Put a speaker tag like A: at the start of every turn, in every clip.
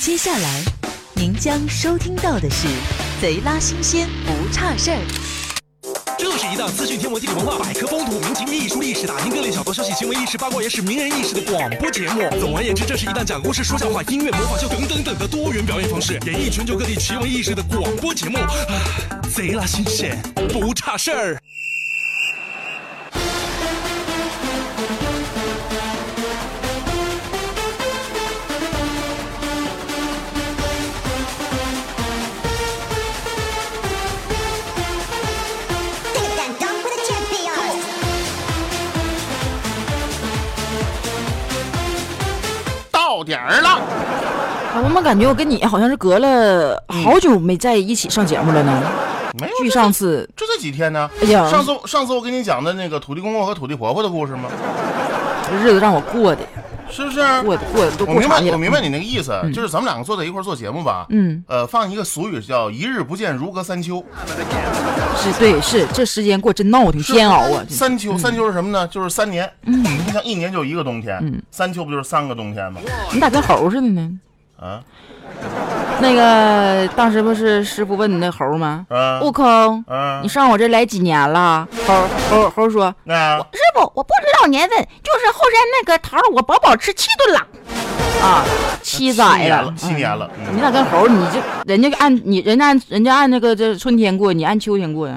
A: 接下来您将收听到的是《贼拉新鲜不差事儿》。
B: 这是一档资讯、天文、地理、文化、百科、风土、民情、艺术、历史、打听各类小道消息、行为意识、八卦野史、名人轶事的广播节目。总而言之，这是一档讲故事、说笑话、音乐、模仿秀等等等的多元表演方式，演绎全球各地奇闻异事的广播节目。唉贼拉新鲜，不差事儿。
C: Dink and dunk with the champions.
D: 到点儿了。
E: 啊我怎么感觉我跟你好像是隔了好久没在一起上节目了呢？
D: 没有，
E: 据
D: 这
E: 上次，
D: 就这几天呢。
E: 哎呀
D: 上次上次我给你讲的那个土地公公和土地婆婆的故事吗？
E: 这日子让我过的，
D: 是不是？
E: 过的过的都
D: 我
E: 过
D: 明白
E: 长，去了。
D: 我明白你那个意思，就是咱们两个坐在一块儿做节目吧。
E: 嗯，
D: 呃，放一个俗语叫“一日不见，如隔三秋
E: 是对，是这时间过真闹挺”，煎熬啊。真的
D: 三秋，三秋是什么呢？就是三年。嗯，你想一年就一个冬
E: 嗯
D: 天，三秋不就是三个冬天吗？
E: 你咋跟猴似的呢？
D: 啊，
E: 那个当时不是师傅问你那猴吗？
D: 嗯
E: 悟空，
D: 嗯
E: 你上我这来几年了？猴猴猴说，
D: 那
E: 师傅，我不知道年份，就是后山那个桃儿，我饱饱吃七顿了。啊，七载了，
D: 七年了七年了
E: 嗯你咋跟猴儿？你这人家按你人家按人家按那个这春天过，你按秋天过呀？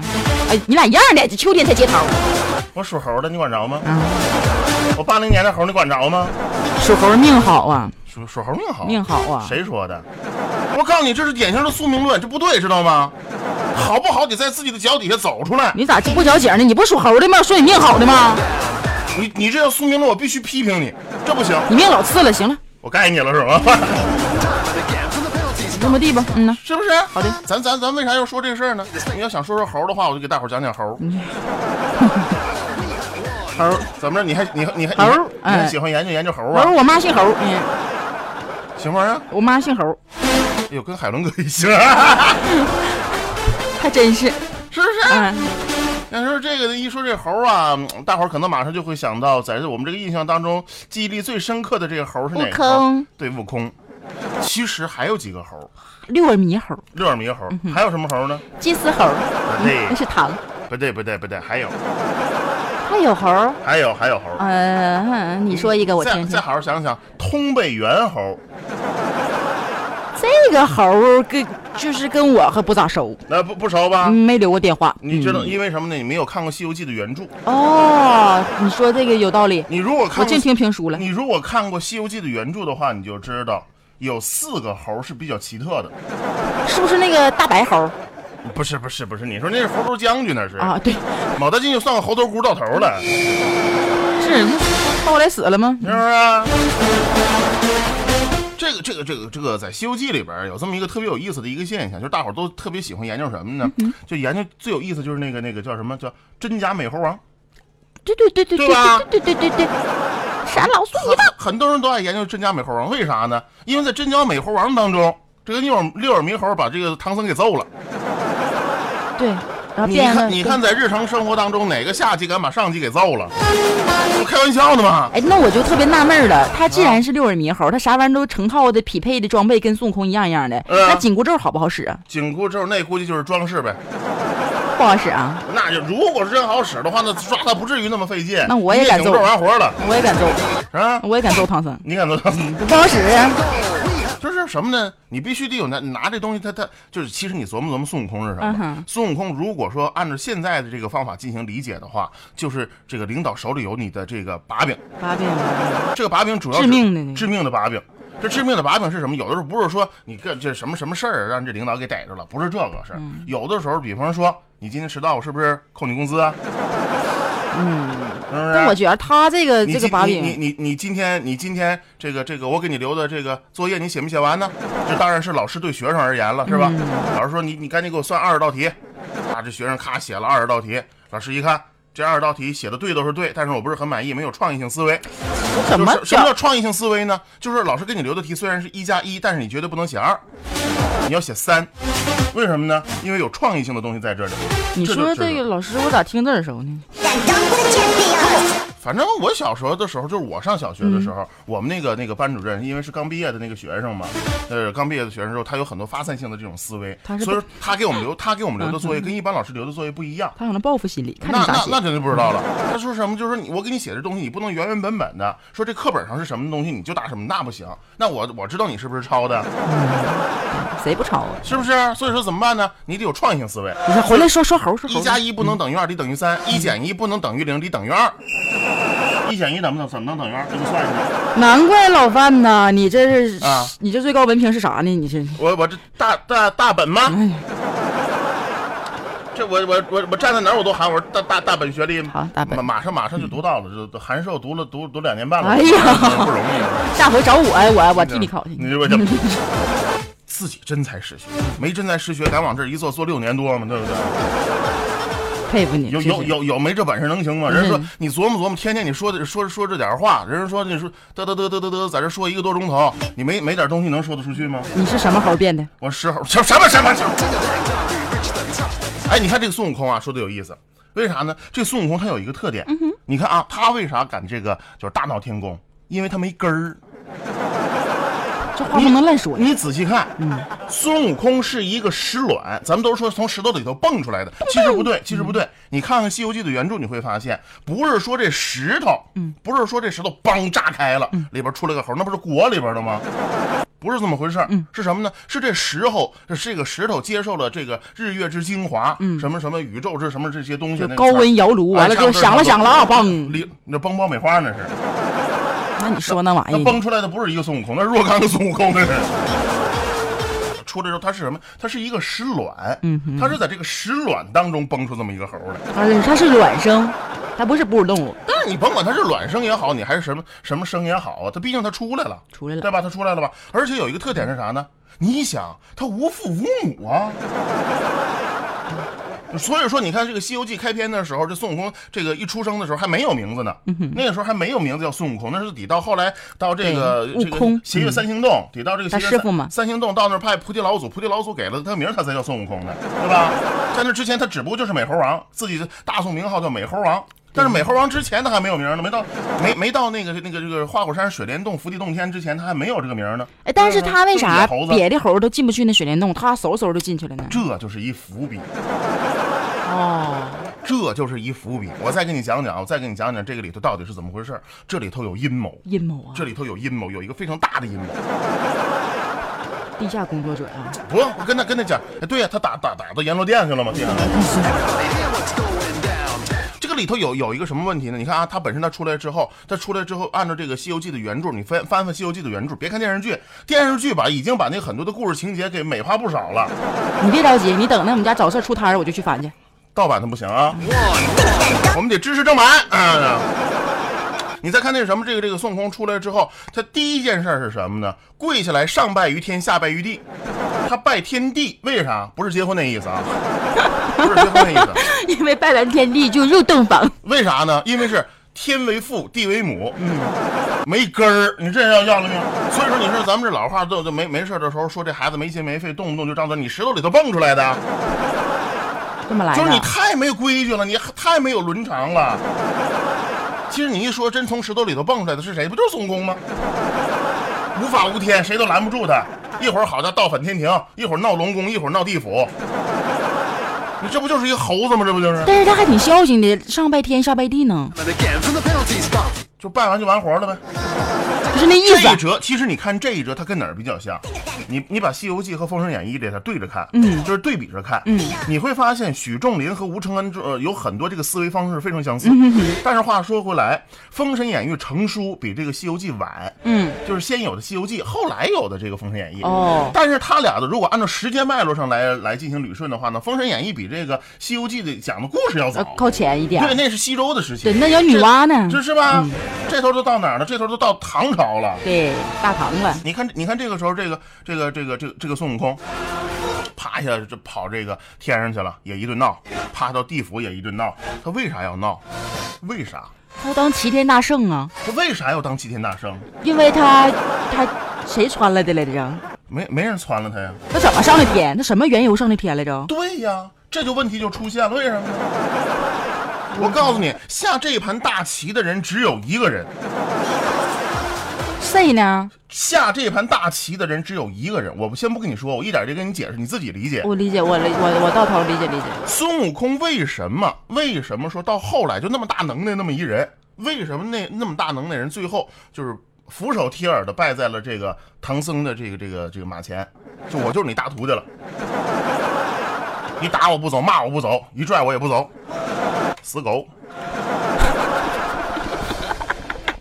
E: 哎，你俩一样的，这秋天才结桃儿。
D: 我属猴的，你管着吗？
E: 啊
D: 我八零年的猴，你管着吗？
E: 属猴儿命好啊，
D: 属属猴命好，
E: 命好啊
D: 谁说的？我告诉你，这是典型的宿命论，这不对，知道吗？好不好得在自己的脚底下走出来。
E: 你咋不交警呢？你不属猴儿的吗？说你命好的吗？
D: 你你这叫宿命论，我必须批评你，这不行，
E: 你命老次了，行了，
D: 我该你了是 吧？
E: 这么地吧，嗯呐，
D: 是不是？好的，咱咱咱为啥要说这事儿呢？你要想说说猴的话，我就给大伙儿讲讲猴。
E: 嗯
D: 猴怎么着？你还你还你还你还
E: 猴
D: 你还
E: 哎
D: 喜欢研究研究猴
E: 猴
D: 啊
E: 儿？我妈姓猴儿，嗯，
D: 行不行？
E: 我妈姓猴儿，
D: 哎呦，跟海伦哥一样，
E: 还真是，
D: 是不是？
E: 嗯，
D: 但是这个一说这猴啊，嗯大伙儿可能马上就会想到，在我们这个印象当中，记忆力最深刻的这个猴是哪个？啊
E: 悟空。
D: 对，悟空。其实还有几个猴，
E: 六耳猕猴儿，
D: 六耳猕猴，
E: 嗯
D: 还有什么猴呢？
E: 金丝猴儿，嗯
D: 对
E: 那是糖。
D: 不对，不对，不对，还有，
E: 还有猴儿，
D: 还有，还有猴。
E: 呃，你说一个我
D: 再
E: 听
D: 再
E: 听。
D: 好好想想，通背猿猴，
E: 这个猴儿跟就是跟我还不咋熟，
D: 那不不熟吧？
E: 没留过电话。
D: 啊你知道因为什么呢？你没有看过《西游记》的原著。
E: 哦，你说这个有道理，
D: 你如果
E: 我
D: 看过
E: 净，听评书了。
D: 你如果看过《西游记》的原著的话，你就知道有四个猴是比较奇特的。
E: 是不是那个大白猴儿
D: 不是，不是，不是，你说那是猴头将军那是
E: 啊？对，嗯
D: 卯大劲就算个猴头箍到头了，是
E: 是他后来死了吗？
D: 不是？这个这个这个这个，在《西游记》里边有这么一个特别有意思的一个现象，就是大伙儿都特别喜欢研究什么呢？
E: 嗯
D: 就研究最有意思就是那个那个叫什么叫真假美猴王，
E: 对对对对
D: 对
E: 对
D: 吧
E: 对对对对对，傻老孙一棒。
D: 很很多人都爱研究真假美猴王，为啥呢？因为在真假美猴王当中，这个六耳六耳猕猴把这个唐僧给揍了。
E: 对，然后
D: 你
E: 啊变了。
D: 看你看，在日常生活当中，哪个下级敢把上级给揍了？
E: 嗯
D: 这不开玩笑呢吗？
E: 哎，那我就特别纳闷儿了，
D: 啊
E: 他既然是六耳猕猴儿，他啥玩意儿都成套的匹配的装备，跟孙悟空一样一样的，
D: 嗯啊
E: 那紧箍咒好不好使啊？
D: 紧箍咒那估计就是装饰呗。
E: 不好使啊，
D: 那就如果是真好使的话，那抓他不至于那么费劲。
E: 那我也敢揍
D: 你挺完活了，
E: 我也敢揍。
D: 是吧？
E: 我也敢揍唐僧，
D: 你敢揍他？
E: 不好使啊！
D: 就是什么呢？你必须得有拿拿这东西，他他就是其实你琢磨琢磨孙悟空是什
E: 嗯
D: 么。
E: 哼
D: 孙悟空如果说按照现在的这个方法进行理解的话，就是这个领导手里有你的这个把柄，
E: 八遍吧，
D: 这个把柄主要是
E: 致命的那个
D: 致命的把柄。这致命的把柄是什么？有的时候不是说你干这什么什么事儿让这领导给逮着了，不是这个事儿。
E: 嗯
D: 有的时候，比方说你今天迟到，我是不是扣你工资啊？嗯，是不是？
E: 但我觉得他这个
D: 你
E: 这个
D: 今
E: 把
D: 你
E: 柄，
D: 你你你今天你今天这个这个我给你留的这个作业你写没写完呢？这当然是老师对学生而言了，是
E: 嗯
D: 吧？老师说你你赶紧给我算二十道题，啊，这学生咔写了二十道题，老师一看这二十道题写的对都是对，但是我不是很满意，没有创意性思维。
E: 怎么
D: 就是什么叫
E: 叫
D: 创意性思维呢？就是老师给你留的题虽然是一加一，但是你绝对不能写二，你要写三。为什么呢？因为有创意性的东西在这里。
E: 你
D: 这就
E: 说
D: 这
E: 这
D: 就
E: 个老师，我咋听着耳熟呢？
C: Dink and dunk with the champions.
D: 反正我小时候的时候，就是我上小学的时候，
E: 嗯
D: 我们那个那个班主任，因为是刚毕业的那个学生嘛，呃，刚毕业的学生之后，他有很多发散性的这种思维，
E: 嗯他是
D: 所以说他给我们留他给我们留的作业跟一般老师留的作业不一样。
E: 他可能报复心理，嗯看
D: 那
E: 你咋嗯
D: 那
E: 写
D: 那。真的不知道了。他说什么？就是说你我给你写这东西，你不能原原本本的。说这课本上是什么东西，你就打什么，那不行。那我我知道你是不是抄的，
E: 嗯谁不吵啊？
D: 是不是？所以说怎么办呢？你得有创意性思维。
E: 你看回来说嗯说猴说
D: 一
E: 猴，
D: 加一不能等于二，得等于三；一减一不能等于零，得等于二。
E: 嗯
D: 一减一怎么能怎么能等于二？这么算一下。
E: 难怪老范呐，你这是
D: 啊
E: 你这最高文凭是啥呢？你这
D: 我我这大大大本吗？
E: 哎
D: 这我我我我站在哪儿我都喊我说大大大本学历，
E: 好大本嗯
D: 马马上马上就读到了，这都函授读了读读两年半了，
E: 哎呀
D: 不容易啊。
E: 下回找我，哎我我替你考去。
D: 你这我 这自己真才实学，没真才实学敢往这儿一坐坐六年多嘛，对不对？
E: 佩服你，
D: 有
E: 真
D: 有
E: 是
D: 有有没这本事能行吗？人家
E: 嗯
D: 说你琢磨琢磨，天天你说的说说这点儿话，人家说你说嘚嘚嘚嘚嘚嘚，在这说一个多钟头，你没没点东西能说得出去吗？
E: 你是什么猴变的？
D: 我石猴什什么什么什么？哎，你看这个孙悟空啊，说的有意思，为啥呢？这孙悟空他有一个特点，你看啊，他为啥敢这个就是大闹天宫？因为他没根儿。
E: 这话不能乱说呀。
D: 你仔细看，孙悟空是一个石卵，咱们都是说从石头里头蹦出来的，其实不
E: 嗯
D: 对，其实不对。你看看《西游记》的原著，你会发现，不是说这石头，
E: 嗯
D: 不是说这石头梆炸开了，里边出来个猴，那不是裹里边的吗？不是这么回事儿，
E: 嗯
D: 是什么呢？是这石头，是这个石头接受了这个日月之精华，什么什么宇宙之什么这些东西
E: 嗯就，
D: 那
E: 高
D: 词儿哎
E: 温窑炉，完了之后响了响了啊，
D: 嘣，
E: 嘣！
D: 里那崩爆米花那是。
E: 那你说那玩
D: 那
E: 意
D: 蹦
E: 儿，
D: 出来的不是一个孙悟空，那是若干个孙悟空的人。出来之后，它是什么？它是一个石卵，
E: 嗯
D: 它是在这个石卵当中蹦出这么一个猴来。
E: 他是他是卵生，他不是哺乳动物。
D: 但是你甭管它是卵生也好，你还是什么什么生也好啊，它毕竟它出来了，
E: 出来了
D: 对吧？它出来了吧？而且有一个特点是啥呢？你想，它无父无母啊。所以说，你看这个《西游记》开篇的时候，这孙悟空这个一出生的时候还没有名字呢，
E: 嗯
D: 那个时候还没有名字叫孙悟空，那是得到后来到这个
E: 对
D: 这
E: 悟
D: 个
E: 空嗯
D: 邪月三星洞，得到这个
E: 他
D: 邪月
E: 师
D: 三
E: 傅嘛
D: 三星洞到那儿派菩提老祖，菩提老祖给了他名儿，他才叫孙悟空的，
E: 嗯
D: 对吧？在那之前，他只不过就是美猴王，自己大宋名号叫美猴王。
E: 嗯
D: 但是美猴王之前他还没有名儿呢，没到没没到那个那个这个花果山水帘洞、福地洞天之前，他还没有这个名儿呢。
E: 哎，但是他为啥
D: 就是野猴子
E: 别的猴都进不去那水帘洞，他嗖嗖就进去了呢？
D: 这就是一伏笔。
E: 哦，
D: 这就是一伏笔。我再给你讲讲，我再给你讲讲这个里头到底是怎么回事儿。这里头有阴谋，
E: 阴谋啊，
D: 这里头有阴谋，有一个非常大的阴谋。
E: 地下工作者啊，
D: 不，我跟他跟他讲，哎对呀、他打打打到阎罗殿去了吗？这样 这个里头有有一个什么问题呢？你看啊，他本身他出来之后，他出来之后，按照这个《西游记》的原著，你翻翻翻《西游记》的原著，别看电视剧，电视剧吧已经把那个很多的故事情节给美化不少了，
E: 你别着急，你等那我们家早市出摊儿，我就 去翻去。
D: 盗版它不行啊， 我们得支持正版。嗯，你再看那什么，这个这个孙悟空出来之后，他第一件事儿是什么呢？跪下来上拜于天，下拜于地。他拜天地，为啥？不是结婚那意思啊，不是结婚那意思。
E: 因为拜完天地就入洞房，
D: 为啥呢？因为是天为父，地为母，嗯，没根儿，你这要要了命。所以说，你说咱们这老话都都没没事儿的时候说这孩子没心没肺，动不动就张嘴，你石头里头蹦出来的，
E: 这么来
D: 就是你
E: 的。
D: 太没规矩了，你太没有伦常了。其实你一说真从石头里头蹦出来的是谁？不就是孙悟空吗？无法无天，谁都拦不住他。一会儿好像倒反天庭，一会儿闹龙宫，一会儿闹地府。你这不就是一个猴子吗？这不就是？
E: 但是他还挺孝敬的，上拜天下拜地呢，
D: 就办完就完活了呗。
E: 就是那意
D: 这一
E: 思。
D: 折，其实你看这一折，它跟哪儿比较像？你你把《西游记》和《封神演义》这它对着看，嗯，就是对比着看，嗯，你会发现许仲林和吴承恩这、呃、有很多这个思维方式非常相似。
E: 嗯
D: 但是话说回来，《封神演义》成书比这个《西游记》晚，
E: 嗯，
D: 就是先有的《西游记》，后来有的这个《封神演义》。
E: 哦
D: 但是它俩的如果按照时间脉络上来来进行捋顺的话呢，《封神演义》比这个《西游记》的讲的故事要
E: 呃
D: 早。
E: 靠前一点。
D: 对，那是西周的时期。
E: 对那叫女娲呢嗯
D: 这这是吧？这头都到哪儿了？这头都到唐朝了。
E: 对，大唐了，
D: 你看，你看这个时候，这个这个这个这个这个孙悟空，啪一下就跑这个天上去了，也一顿闹；啪到地府也一顿闹。他为啥要闹？为啥？
E: 他当齐天大圣啊，
D: 他为啥要当齐天大圣？
E: 因为他他谁穿来的来着？
D: 没没人撺了他呀？
E: 他怎么上的天？他什么缘由上的天来着？
D: 对呀，这就问题就出现了，为什么呢？ 我告诉你，下这盘大棋的人只有一个人，
E: 谁呢？
D: 下这盘大棋的人只有一个人。我先不跟你说，我一点就跟你解释，你自己理解。
E: 我理解，我理我我到头理解理解。
D: 孙悟空为什么为什么说到后来就那么大能耐那么一人？为什么那那么大能耐人最后就是俯首帖耳的拜在了这个唐僧的这个这个这个马前？就我就是你大徒弟了，你打我不走，骂我不走，一拽我也不走，死狗！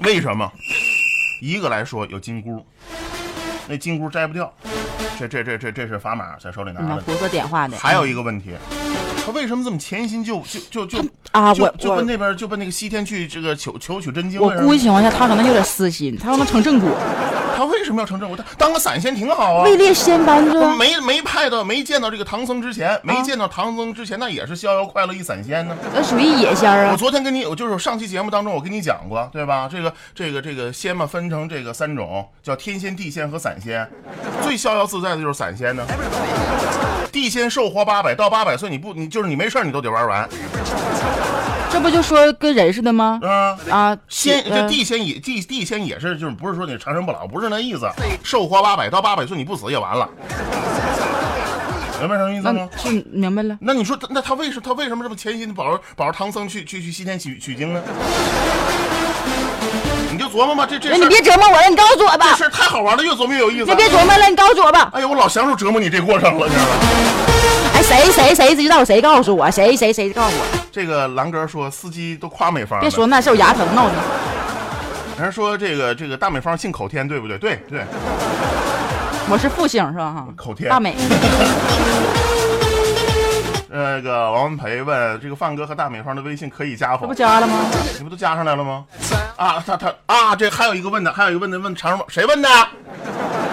D: 为什么？一个来说有金箍，那金箍摘不掉，这这这这这是砝码在手里拿
E: 你
D: 着
E: 们
D: 的。
E: 胡说点化的。
D: 还有一个问题，他为什么这么潜心就就就就
E: 啊
D: 就
E: 我
D: 就
E: 我
D: 奔那边就奔那个西天去这个求求取真经？啊
E: 我
D: 为什么
E: 估计情况下，他可能有点私心，他他妈成正果，
D: 他为什么要成正果？他当个散仙挺好啊。
E: 位列仙班子。
D: 他没没派到没见到这个唐僧之
E: 啊
D: 前，没见到唐僧之前，那也是逍遥快乐一散仙呢。
E: 那呃属于野仙儿
D: 我
E: 啊。
D: 昨天跟你，我就是上期节目当中我跟你讲过，对吧？这个这个这个仙嘛分成这个三种，叫天仙、地仙和散仙。最逍遥自在的就是散仙呢。地仙寿活八百，到八百岁你不你就是你没事儿你都得玩完，
E: 这不就说跟人似的吗？
D: 嗯。
E: 啊，
D: 仙这
E: 呃
D: 地仙也地地仙也是，就是不是说你长生不老，不是那意思。寿活八百到八百岁，你不死也完了，明白什么意思
E: 那
D: 吗？
E: 嗯是明白了。
D: 那你说他，那他为什他为什么这么潜心保着保着唐僧去去去西天取取经呢？你就琢磨吧，这这
E: 那
D: 事
E: 哎你
D: 儿
E: 别折磨我了，你告诉我吧
D: 这。事儿太好玩了，越琢磨越有意思
E: 你。别琢磨了，你告诉我吧。
D: 哎呦，我老享受折磨你这过程了，你知道吗？
E: 哎，谁谁谁知道？谁告诉我？谁谁谁告诉我？
D: 这个狼哥说，司机都夸美方
E: 别
D: 了，
E: 说那是我牙疼闹的。
D: 人家说这个这个大美方姓口天，对不对？对对。
E: 我是复姓是吧？哈，
D: 口天
E: 大美，
D: 那呃个王文培问这个范哥和大美方的微信可以加
E: 这
D: 否
E: 不？加了吗？
D: 你不都加上来了吗？啊，他他啊，这还有一个问的，还有一个问的问长生不谁问的？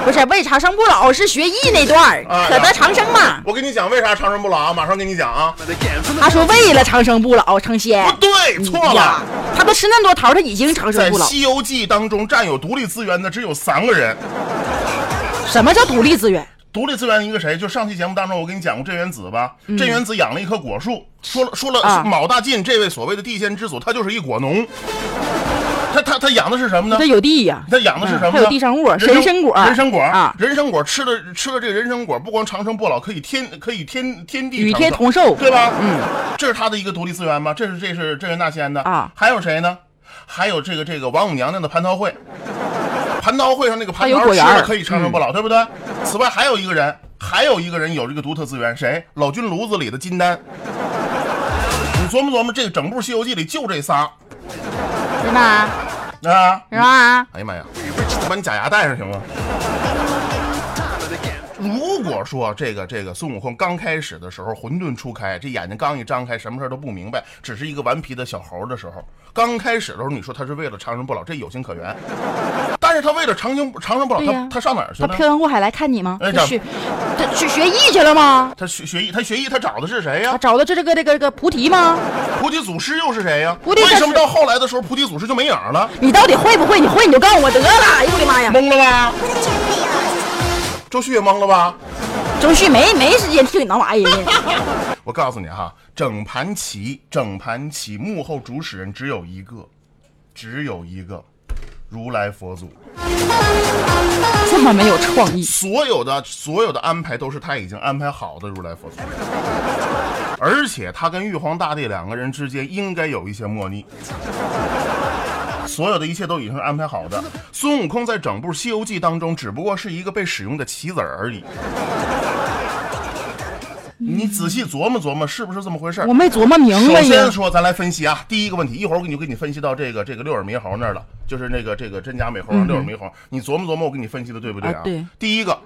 E: 不是为长生不老，是学艺那段儿
D: 啊
E: 可得长生嘛。
D: 我跟你讲，为啥长生不老啊？马上跟你讲啊！
E: 他说为了长生不老成仙
D: 不，对，错
E: 呀
D: 了。，
E: 他都吃那么多桃，他已经长
D: 在
E: 生不
D: 《
E: 老。
D: 西游记》当中，占有独立资源的只有三个人。
E: 什么叫独立资源？
D: 独立资源一个谁？就上期节目当中，我跟你讲过镇元子吧。镇元子养了一棵果树，说了说了，
E: 嗯啊
D: 卯大进这位所谓的地仙之祖，他就是一果农。他他他养的是什么呢
E: 他？有地呀，
D: 他养的是什么呢？
E: 嗯还有地上物
D: 人参
E: 神参果
D: 人参果
E: 啊
D: 人参果吃了吃了这个人参果，不光长生不老，可以天可以天天地
E: 与
D: 长
E: 天
D: 生
E: 同寿。
D: 对吧？嗯，这是他的一个独立资源吗？这是这是镇元大仙的
E: 啊
D: 还有谁呢？还有这个这个王母娘娘的蟠桃会，蟠桃会上那个
E: 还
D: 蟠
E: 有
D: 桃
E: 果
D: 吃
E: 园
D: 了
E: 儿嗯
D: 可以长生不老，对不对？此外还有一个人，还有一个人有这个独特资源，谁？老君炉子里的金丹。你琢磨琢磨，这个整部《西游记》里就这仨
E: 是吧？
D: 啊！
E: 是吧？
D: 哎呀妈呀，我把你假牙戴上行吗？如果说这个这个孙悟空刚开始的时候混沌初开，这眼睛刚一张开，什么事儿都不明白，只是一个顽皮的小猴的时候，刚开始的时候，你说他是为了长生不老，这有情可原。但是他为了长生长生不老，
E: 对
D: 他
E: 呀
D: 他上哪儿去
E: 他
D: 了？
E: 漂洋过海来看你吗？
D: 哎
E: 他
D: 长
E: 去，他去学艺去了吗？
D: 他学学艺，他学艺，他找的是谁呀
E: 啊他？找的这这个这个这个菩提吗？
D: 菩提祖师又是谁呀？
E: 菩提
D: 为
E: 他是
D: 什么到后来的时候，菩提祖师就没影儿了？
E: 你到底会不会？你会你就告诉我得了。哎呦我的妈呀！
D: 懵了吧？
C: 我的天贝儿，
D: 周旭也懵了吧？
E: 周旭没没时间听你那玩意 儿。
D: 我告诉你哈，整盘棋，整盘棋幕后主使人只有一个，只有一个，如来佛祖。
E: 这么没有创意。
D: 所有的所有的安排都是他已经安排好的，如来佛祖。而且他跟玉皇大帝两个人之间应该有一些默契，所有的一切都已经是安排好的。孙悟空在整部《西游记》当中，只不过是一个被使用的棋子儿而已。你仔细琢磨琢磨，是不是这么回事儿？
E: 我没琢磨明白
D: 首先
E: 呀。
D: 说，咱来分析啊，第一个问题，一会儿我给你给你分析到这个这个六耳猕猴那儿了，就是那个这个真假美猴啊、六耳猕猴，你琢磨琢磨，我给你分析的对不对啊？
E: 嗯啊对
D: 第一个，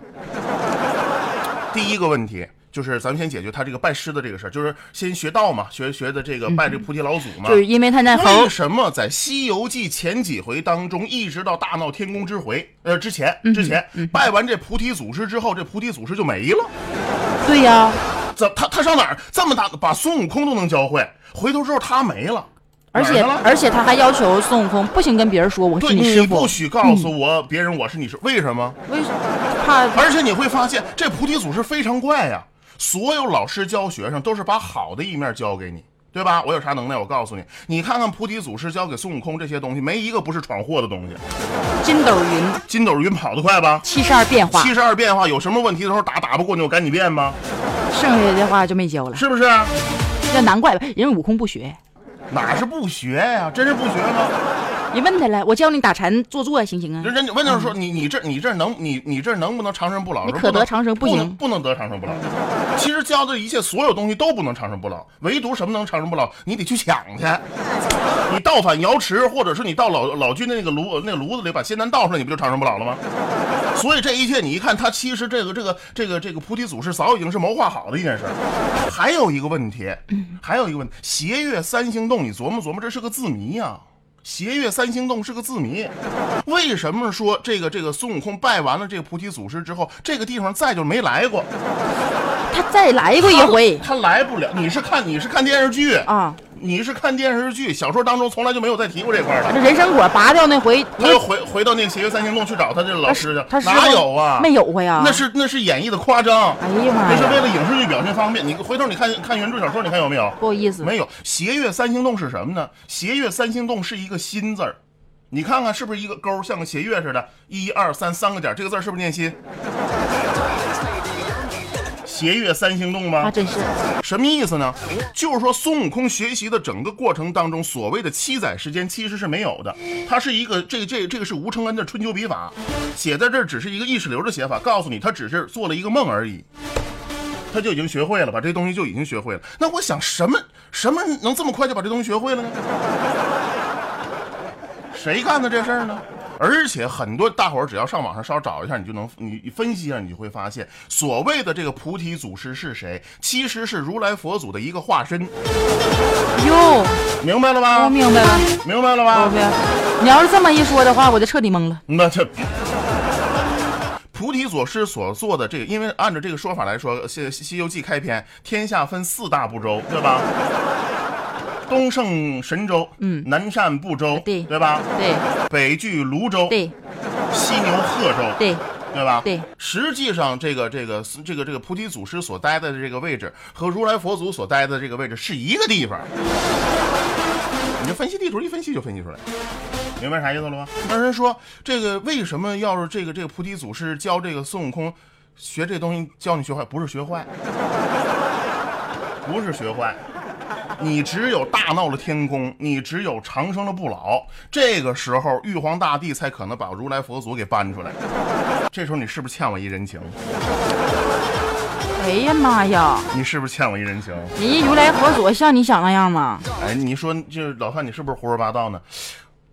D: 第一个问题。就是咱们先解决他这个拜师的这个事儿，就是先学道嘛，学学的这个拜这菩提老祖嘛。
E: 嗯就是因为他那猴
D: 为，什么在《西游记》前几回当中，一直到大闹天宫之回，呃，之前
E: 嗯
D: 之前、拜完这菩提祖师之后，这菩提祖师就没了？哎
E: 对呀、
D: 怎他他上哪儿这么大把孙悟空都能教会，回头之后他没了，
E: 而
D: 哪儿
E: 且
D: 去了
E: 而且他还要求孙悟空不行跟别人说我
D: 对
E: 是师
D: 你
E: 傅
D: 不，许告
E: 嗯
D: 诉我别人我是你师，为什么？
E: 为怕
D: 而且你会发现这菩提祖师非常怪呀、所有老师教学生都是把好的一面教给你。对吧？我有啥能耐？我告诉你，你看看菩提祖师教给孙悟空这些东西，没一个不是闯祸的东西。
E: 筋斗云
D: 筋斗云跑得快吧？
E: 七十二变化，
D: 七十二变化有什么问题的时候打打不过你就赶紧变吧，
E: 剩下的话就没教了。
D: 是不是？
E: 这难怪吧，人家悟空不学。
D: 哪是不学呀、真是不学吗？
E: 你问他了，我教你打禅坐坐行不行啊？
D: 人人问他说你你这你这能你你这能不能长生不老？
E: 你
D: 说
E: 可
D: 不能
E: 得长生不
D: 不能
E: 行
D: 不能得长生不老。其实教的一切所有东西都不能长生不老，唯独什么能长生不老？你得去抢 去，你倒反瑶池，或者是你到老老君的那个炉那个炉子里把仙丹倒出来，你不就长生不老了吗？所以这一切你一看，他其实这个这个这个这个菩提祖师早已经是谋划好的一件事儿。还有一个问题，
E: 嗯
D: 还有一个问题，邪月三星洞，你琢磨琢磨，这是个字谜呀、邪月三星洞是个字谜，为什么说这个这个孙悟空拜完了这个菩提祖师之后，这个地方再就没来过？
E: 他再来过一回
D: 他来不了。你是看你是看电视剧，
E: 啊，
D: 你是看电视剧，小说当中从来就没有再提过这块儿的。
E: 这人参果拔掉那回，
D: 他又回回到那个邪月三星洞去找他这个老师去，
E: 他师
D: 哪
E: 傅
D: 有啊？
E: 没有过呀。
D: 那是那是演绎的夸张，
E: 哎呀妈
D: 那是为
E: 呀，
D: 了影视剧表现方便。你回头你看看原著小说，你看有没有？
E: 不好意思，啊
D: 没有。斜月三星洞是什么呢？斜月三星洞是一个心字儿，你看看是不是一个勾，像个斜月似的，一二三三个点儿，这个字儿是不是念心？ 斜月三星洞
E: 还
D: 吗？
E: 真是
D: 什么意思呢？就是说孙悟空学习的整个过程当中，所谓的七载时间其实是没有的，它是一个这这这个是吴承恩的春秋笔法，写在这儿只是一个意识流的写法，告诉你他只是做了一个梦而已。他就已经学会了，把这东西就已经学会了。那我想，什么什么能这么快就把这东西学会了呢？谁干的这事儿呢？而且很多大伙儿只要上网上稍找一下，你就能你分析一下，你就会发现，所谓的这个菩提祖师是谁，其实是如来佛祖的一个化身，
E: 哟，
D: 明白了吧？
E: 我明白了，
D: 明白了
E: 我
D: 吧？
E: 明白了。你要是这么一说的话，我就彻底懵了。
D: 那这。菩提祖师所做的这个，因为按照这个说法来说，《西西西游记》开篇，天下分四大部洲，对吧？东胜神州，
E: 嗯
D: 南赡部洲，
E: 对
D: 对吧？
E: 对
D: 北距泸州，
E: 对
D: 西牛贺州，
E: 对，
D: 对吧？
E: 对，
D: 实际上这个这个这个这个菩提祖师所待的这个位置和如来佛祖所待的这个位置是一个地方。你就分析地图一分析就分析出来，明白啥意思了吗？那人说这个为什么要是这个这个菩提祖师教这个孙悟空学这东西教你学坏，不是学坏，不是学坏。你只有大闹了天宫，你只有长生了不老，这个时候玉皇大帝才可能把如来佛祖给搬出来。这时候你是不是欠我一人情？
E: 哎呀妈呀，
D: 你是不是欠我一人情？
E: 人家如来佛祖像你想那样吗？
D: 哎，你说这老范，你是不是胡说八道呢？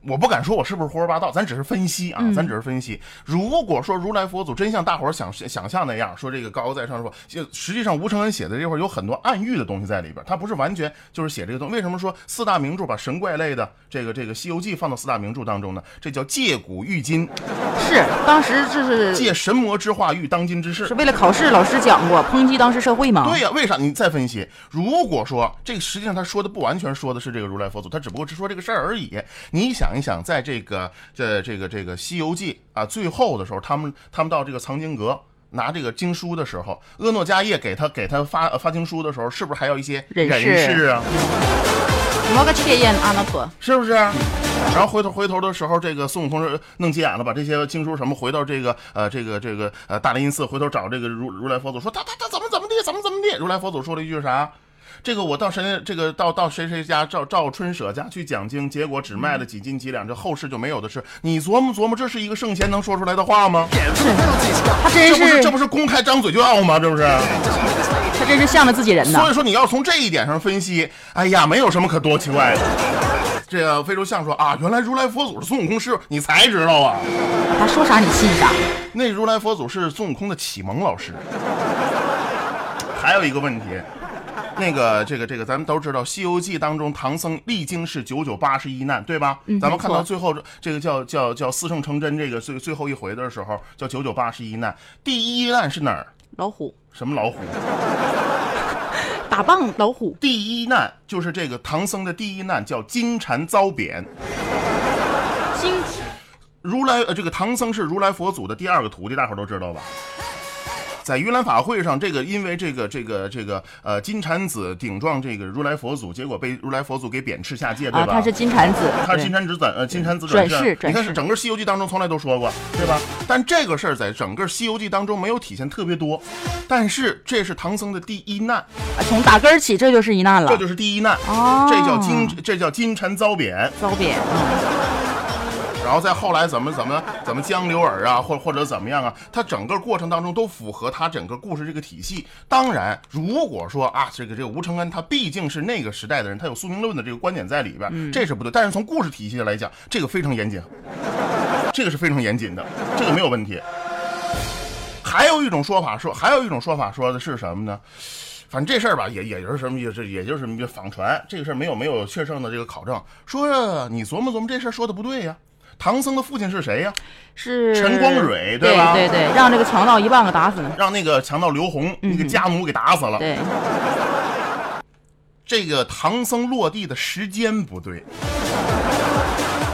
D: 我不敢说我是不是胡说八道，咱只是分析啊，咱只是分析。如果说如来佛祖真像大伙儿想想象那样，说这个高高在上说，就实际上吴承恩写的这块儿有很多暗喻的东西在里边儿，他不是完全就是写这个东西。为什么说四大名著把神怪类的这个这个《西游记》放到四大名著当中呢？这叫借古喻今，
E: 是，当时就是
D: 借神魔之化喻当今之事
E: 是。为了考试，老师讲过抨击当时社会嘛。
D: 对呀、为啥？你再分析，如果说这个实际上他说的不完全说的是这个如来佛祖，他只不过是说这个事儿而已。你想一想，在这个这这个这个《西游记》啊最后的时候，他们他们到这个藏经阁。拿这个经书的时候，阿诺迦叶给他给他发呃发经书的时候，是不是还要一些
E: 人事
D: 事啊？
E: 摩诃切耶啊阿那婆，
D: 是不是？然后回头回头的时候，这个孙悟空是呃弄急眼了，把这些经书什么回到这个呃这个这个呃大雷音寺，回头找这个如如来佛祖说他他他怎么怎么地怎么怎么地。如来佛祖说了一句啥？这个我到谁这个到到谁谁家赵赵春舍家去讲经，结果只卖了几斤几两，这后世就没有的事。你琢磨琢磨，这是一个圣贤能说出来的话吗？
E: 他真
D: 这不是
E: 是
D: 这不是公开张嘴就要吗？这不是？
E: 他真是向着自己人呐
D: 所。以说你要从这一点上分析，哎呀，没有什么可多奇怪的。这个非洲象说啊，原来如来佛祖是孙悟空师傅，你才知道啊。
E: 他说啥你信啥。
D: 那如来佛祖是孙悟空的启蒙老师。还有一个问题，那个这个这个，咱们都知道《西游记》当中唐僧历经是九九八十一难，对吧？
E: 嗯
D: 咱们看
E: 没
D: 到
E: 错
D: 最后这这个叫叫叫四圣成真这个最最后一回的时候，叫九九八十一难。第一难是哪儿？
E: 老虎
D: 什么老虎？
E: 打棒，老虎
D: 第一难就是这个唐僧的第一难叫金蝉遭贬。
E: 金
D: 如来呃，这个唐僧是如来佛祖的第二个徒弟，大伙儿都知道吧？在盂兰法会上，这个因为这个这个这个呃金蝉子顶撞这个如来佛祖，结果被如来佛祖给贬斥下界，对
E: 啊，
D: 吧？
E: 他是金蝉子，
D: 他是金
E: 对
D: 蝉子转呃金蝉子
E: 转世
D: 世，
E: 转
D: 你看
E: 世
D: 是整个《西游记》当中从来都说过，对吧？但这个事儿在整个《西游记》当中没有体现特别多，但是这是唐僧的第一难，
E: 啊从打根儿起，这就是一难了，
D: 这就是第一难，
E: 哦
D: 这叫金这叫金蝉遭贬。
E: 遭贬，
D: 然后再后来怎么怎么怎么江流儿啊，或或者怎么样啊，它整个过程当中都符合它整个故事这个体系。当然，如果说啊，这个这个吴承恩他毕竟是那个时代的人，他有宿命论的这个观点在里边，这是不对。但是从故事体系来讲，这个非常严谨，这个是非常严谨的，这个没有问题。还有一种说法说，还有一种说法说的是什么呢？反正这事儿吧，也也就是什么，也是也就是什么仿传，这个事儿没有没有确证的这个考证。说着你琢磨琢磨，这事儿说的不对呀。唐僧的父亲是谁呀？
E: 是
D: 陈光蕊
E: 对
D: 对吧
E: 对对，让这个强盗一棒给打死了，
D: 让那个强盗刘洪那个家奴给打死了。
E: 对，
D: 这个唐僧落地的时间不对，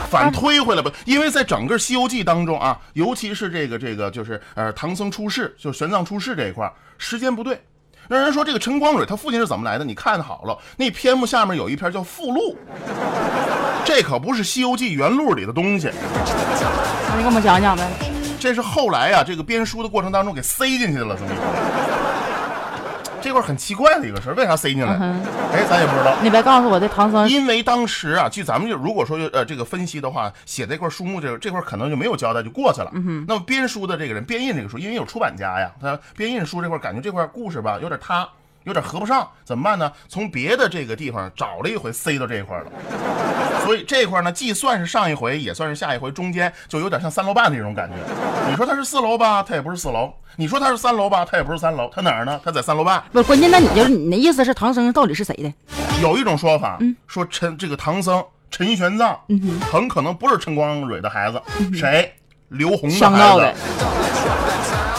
D: 反推回来吧。因为在整个《西游记》当中啊，尤其是这个这个就是呃唐僧出世，就玄奘出世这一块儿，时间不对。让人说这个陈光蕊他父亲是怎么来的？你看好了，那篇目下面有一篇叫附录，这可不是《西游记》原录里的东西，
E: 那你给我们讲讲呗，
D: 这是后来啊这个编书的过程当中给塞进去的了，这么一个。这块儿很奇怪的一个事儿，为啥塞进来？哎，咱也不知道。
E: 你别告诉我这唐僧
D: 因为当时啊，据咱们就如果说呃这个分析的话，写这块书目这这块可能就没有交代，就过去了。那么编书的这个人，编印这个书，因为有出版家呀，他编印书这块感觉这块故事吧有点塌，有点合不上，怎么办呢？从别的这个地方找了一回，塞到这一块了。所以这块呢，既算是上一回，也算是下一回，中间就有点像三楼半的这种感觉。你说它是四楼吧，它也不是四楼；你说它是三楼吧，它也不是三楼。它哪儿呢？它在三楼半。
E: 不是关键，那你就是你的意思是唐僧到底是谁的？
D: 有一种说法，说陈这个唐僧陈玄奘，很可能不是陈光蕊的孩子，谁？刘洪的
E: 香
D: 孩
E: 到
D: 子
E: 的。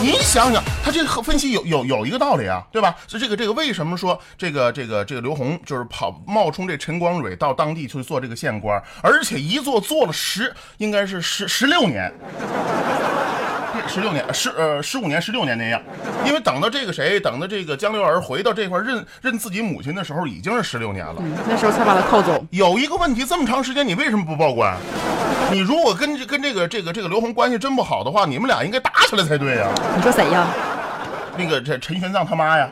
D: 您想想，他这个分析有有有一个道理啊，对吧？所以这个这个为什么说这个这个这个刘洪就是跑冒充这陈光蕊到当地去做这个县官，而且一做做了十，应该是十十六年。十六年，十呃十五年、十六年那样，因为等到这个谁，等到这个江流儿回到这块儿认认自己母亲的时候，已经是十六年了。
E: 嗯那时候才把他铐走。
D: 有一个问题，这么长时间你为什么不报官？你如果跟这跟这个这个这个刘洪关系真不好的话，你们俩应该打起来才对呀、
E: 你说谁呀？
D: 那个这陈玄奘他妈呀，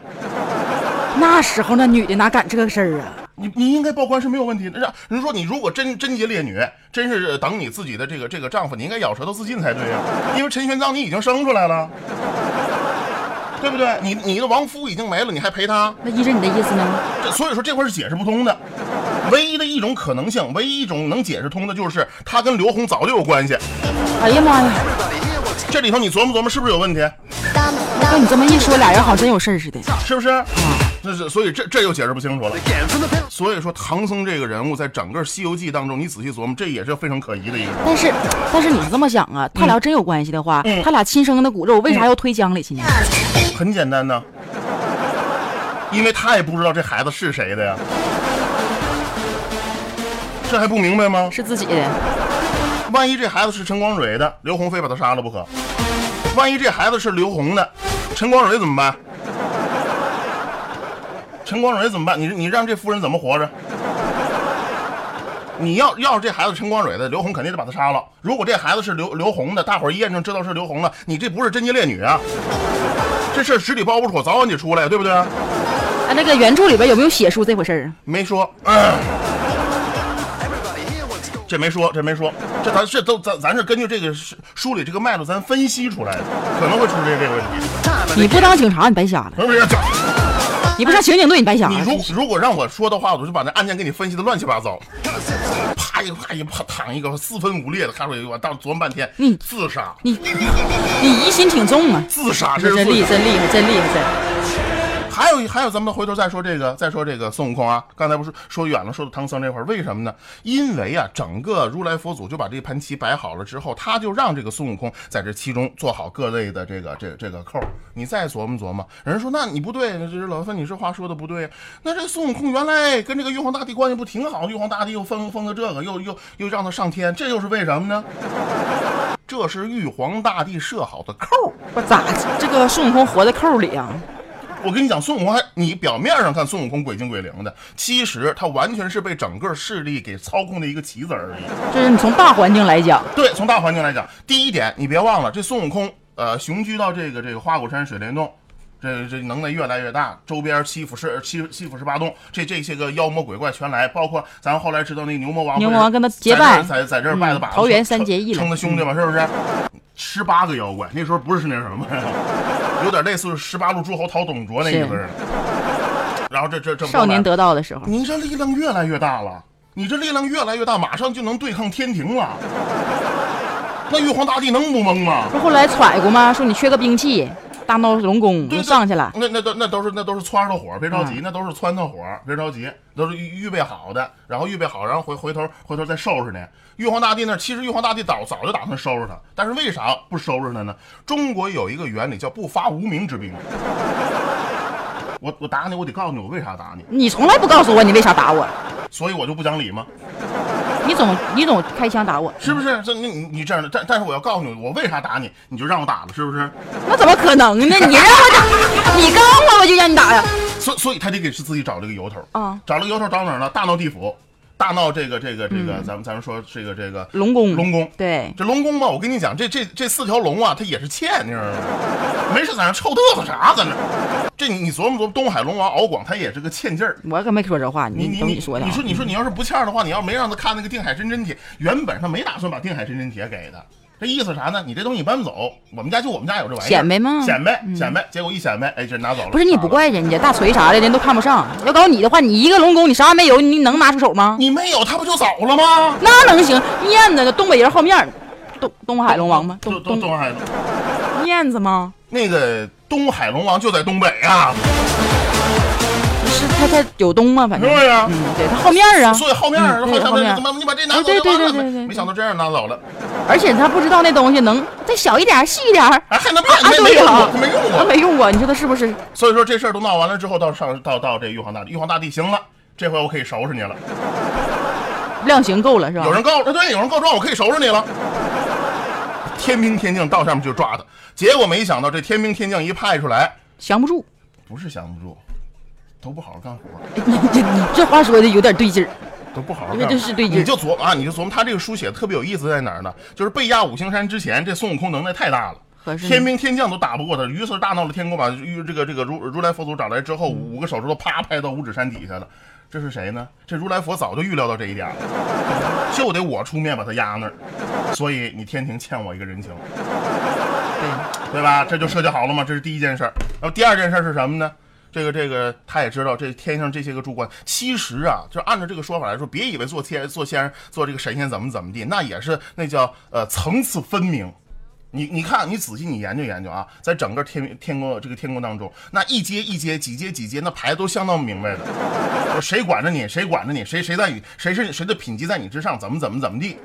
E: 那时候那女的哪敢这个事儿啊？
D: 你你应该报官是没有问题的。让人说你如果真贞洁烈女，真是等你自己的这个这个丈夫，你应该咬舌头自尽才对呀、因为陈玄奘你已经生出来了，对不对？你你的亡夫已经没了，你还陪他？
E: 那依着你的意思呢？
D: 这所以说这块是解释不通的。唯一的一种可能性，唯一一种能解释通的就是他跟刘洪早就有关系。
E: 哎呀妈呀！
D: 这里头你琢磨琢磨，是不是有问题？
E: 那你这么一说，俩人好像真有事儿似的。
D: 是不是？这是所以这这又解释不清楚了。所以说唐僧这个人物在整个《西游记》当中，你仔细琢磨，这也是非常可疑的一个人。
E: 但是，但是你是这么想啊？他俩真有关系的话，
D: 嗯
E: 他俩亲生的骨肉为啥要推江里去呢？
D: 很简单呢，因为他也不知道这孩子是谁的呀，这还不明白吗？
E: 是自己的，啊
D: 万一这孩子是陈光蕊的，刘洪非把他杀了不可；万一这孩子是刘洪的，陈光蕊怎么办？陈光蕊怎么办？你你让这夫人怎么活着？你要要是这孩子陈光蕊的，刘洪肯定得把他杀了。如果这孩子是刘刘洪的，大伙儿一验证知道是刘洪了，你这不是贞洁烈女啊！这事儿十里包不妥，早晚得出来，对不啊对？
E: 哎，那个原著里边有没有写出这回事儿啊？
D: 没说，嗯 这没说，这没说，这咱这都咱咱是根据这个书书里这个脉络咱分析出来的，可能会出现这个问题。
E: 你不当警察，你白瞎了；
D: 不是不是，这哎
E: 你不上刑警队，你白瞎
D: 你
E: 了。
D: 如如果让我说的话，我就把那案件给你分析的乱七八糟，啪一个啪一啪躺一个四分五裂的，看出来我当琢磨半天，
E: 嗯
D: 自杀，
E: 你你疑心挺重啊！
D: 自杀，这
E: 这
D: 是
E: 真
D: 自
E: 厉
D: 杀
E: 害，真厉害，真厉害！真
D: 还有还有，咱们回头再说这个，再说这个孙悟空啊。刚才不是说远了，说到唐僧这块儿，为什么呢？因为啊，整个如来佛祖就把这盘棋摆好了之后，他就让这个孙悟空在这其中做好各类的这个这这个扣儿。你再琢磨琢磨，人说那你不对，这老孙你这话说的不对。那这孙悟空原来跟这个玉皇大帝关系不挺好，玉皇大帝又封封了这个，又又又让他上天，这又是为什么呢？这是玉皇大帝设好的扣儿。
E: 我咋这个孙悟空活在扣里啊？
D: 我跟你讲，孙悟空还你表面上看孙悟空鬼精鬼灵的，其实他完全是被整个势力给操控的一个棋子而已。
E: 就是你从大环境来讲，
D: 对，从大环境来讲，第一点，你别忘了，这孙悟空，呃，雄居到这个这个花果山水帘洞，这这能耐越来越大，周边七府十七七府十八洞，这这些个妖魔鬼怪全来，包括咱后来知道那个牛魔王，
E: 牛魔王跟他结拜
D: 在这儿在在这儿拜的把子，
E: 嗯桃园三结义了嗯
D: 称他兄弟嘛，是不是？十八个妖怪，那时候不是那什么，有点类似十八路诸侯讨董卓那意思似的。然后这这这么多
E: 少年
D: 来
E: 得道的时候，
D: 你这力量越来越大了，你这力量越来越大，马上就能对抗天庭了。那玉皇大帝能不懵吗？
E: 不后来揣过吗？说你缺个兵器，大闹龙宫
D: 对，
E: 就上去了。
D: 那那都那都是那都是窜着火，别着急，
E: 嗯
D: 那都是窜着火，别着急，都是预预备好的，然后预备好，然后回回头回头再收拾你。玉皇大帝那儿其实玉皇大帝早早就打算收拾他，但是为啥不收拾他呢？中国有一个原理叫不发无名之兵。 我我打你，我得告诉你我为啥打你，
E: 你从来不告诉我你为啥打我，
D: 所以我就不讲理吗？
E: 你总你总开枪打我，
D: 是不是？这你你你这样的，但但是我要告诉你，我为啥打你，你就让我打了，是不是？
E: 那怎么可能呢？你让我打，你告我我就让你打呀。
D: 所所以他得给自己找这个由头
E: 啊
D: 找了个由头找哪儿呢？大闹地府，大闹这个这个这个，咱们咱们说这个这个
E: 嗯龙宫，
D: 龙宫。
E: 对，
D: 这龙宫吧，我跟你讲，这这这四条龙啊，它也是欠，你知道吗？没事在那臭嘚瑟啥在那儿？这你你琢磨琢磨，东海龙王敖广他也是个欠劲儿。
E: 我可没说这话，
D: 你
E: 你
D: 你
E: 等
D: 你
E: 你说的啊
D: 你。说你说你要是不欠儿的话，你要没让他看那个定海神针帖，原本他没打算把定海神针帖给他。这意思啥呢？你这东西搬不走，我们家就我们家有这玩意儿，
E: 显摆吗嗯
D: 显摆，显摆。结果一显摆，哎，这拿走了。
E: 不是你也
D: 拿
E: 不
D: 了
E: 怪人家，大锤啥的人都看不上。要搞你的话，你一个龙宫你啥也没有，你能拿出手吗？
D: 你没有，他不就走了吗？
E: 那能行？燕子，东北人好面儿，东东海龙王吗？
D: 东
E: 东
D: 东
E: 东
D: 东海龙，
E: 燕子吗？
D: 那个东海龙王就在东北啊，
E: 嗯不是，他他有东吗？反
D: 是
E: 正
D: 不是啊
E: 嗯，对他好面儿啊。
D: 所以后面
E: 嗯
D: 儿
E: 对
D: 后上
E: 后面
D: 面
E: 儿哎
D: 怎么你把这拿走
E: 对
D: 就
E: 对
D: 完
E: 对
D: 了
E: 对
D: 没
E: 对对
D: 没想到这样拿走了，
E: 而且他不知道那东西能再小一点儿、细一点儿。
D: 哎，还能
E: 啊，
D: 变没没
E: 对
D: 用
E: 呀、
D: 过，没用
E: 他
D: 过。
E: 没用过，你说他是不是？
D: 所以说这事儿都闹完了之后，到上到到这玉皇大帝，玉皇大帝行了。这回我可以收拾你了。
E: 量刑够了是吧？
D: 有人告哎对，有人告状，我可以收拾你了。天兵天将到上面就抓他，结果没想到这天兵天将一派出来，
E: 降不住。
D: 不是降不住，都不好好干活。
E: 哎你这你这话说的有点对劲儿。
D: 都不好好
E: 因为
D: 干，
E: 这是对劲
D: 你就琢磨啊，你就琢磨他这个书写得特别有意思在哪儿呢？就是被压五行山之前，这孙悟空能耐太大了。
E: 合适呢
D: 天兵天将都打不过他，于是大闹了天宫，把玉这个这个如如来佛祖找来之
E: 嗯
D: 后，五个手指头啪拍到五指山底下了。这是谁呢？这如来佛早就预料到这一点了，就得我出面把他压那儿。所以你天庭欠我一个人情，
E: 对，
D: 对吧？这就设计好了嘛，这是第一件事儿。然后第二件事儿是什么呢？这个这个，他也知道这天上这些个诸官，其实啊，就按照这个说法来说，别以为做天做仙人做这个神仙怎么怎么地，那也是那叫呃层次分明。你你看，你仔细你研究研究啊，在整个天天宫这个天宫当中，那一阶一阶几阶几阶，那排都相当明白的。就谁管着你，谁管着你，谁谁在你谁是谁的品级在你之上，怎么怎么怎么地，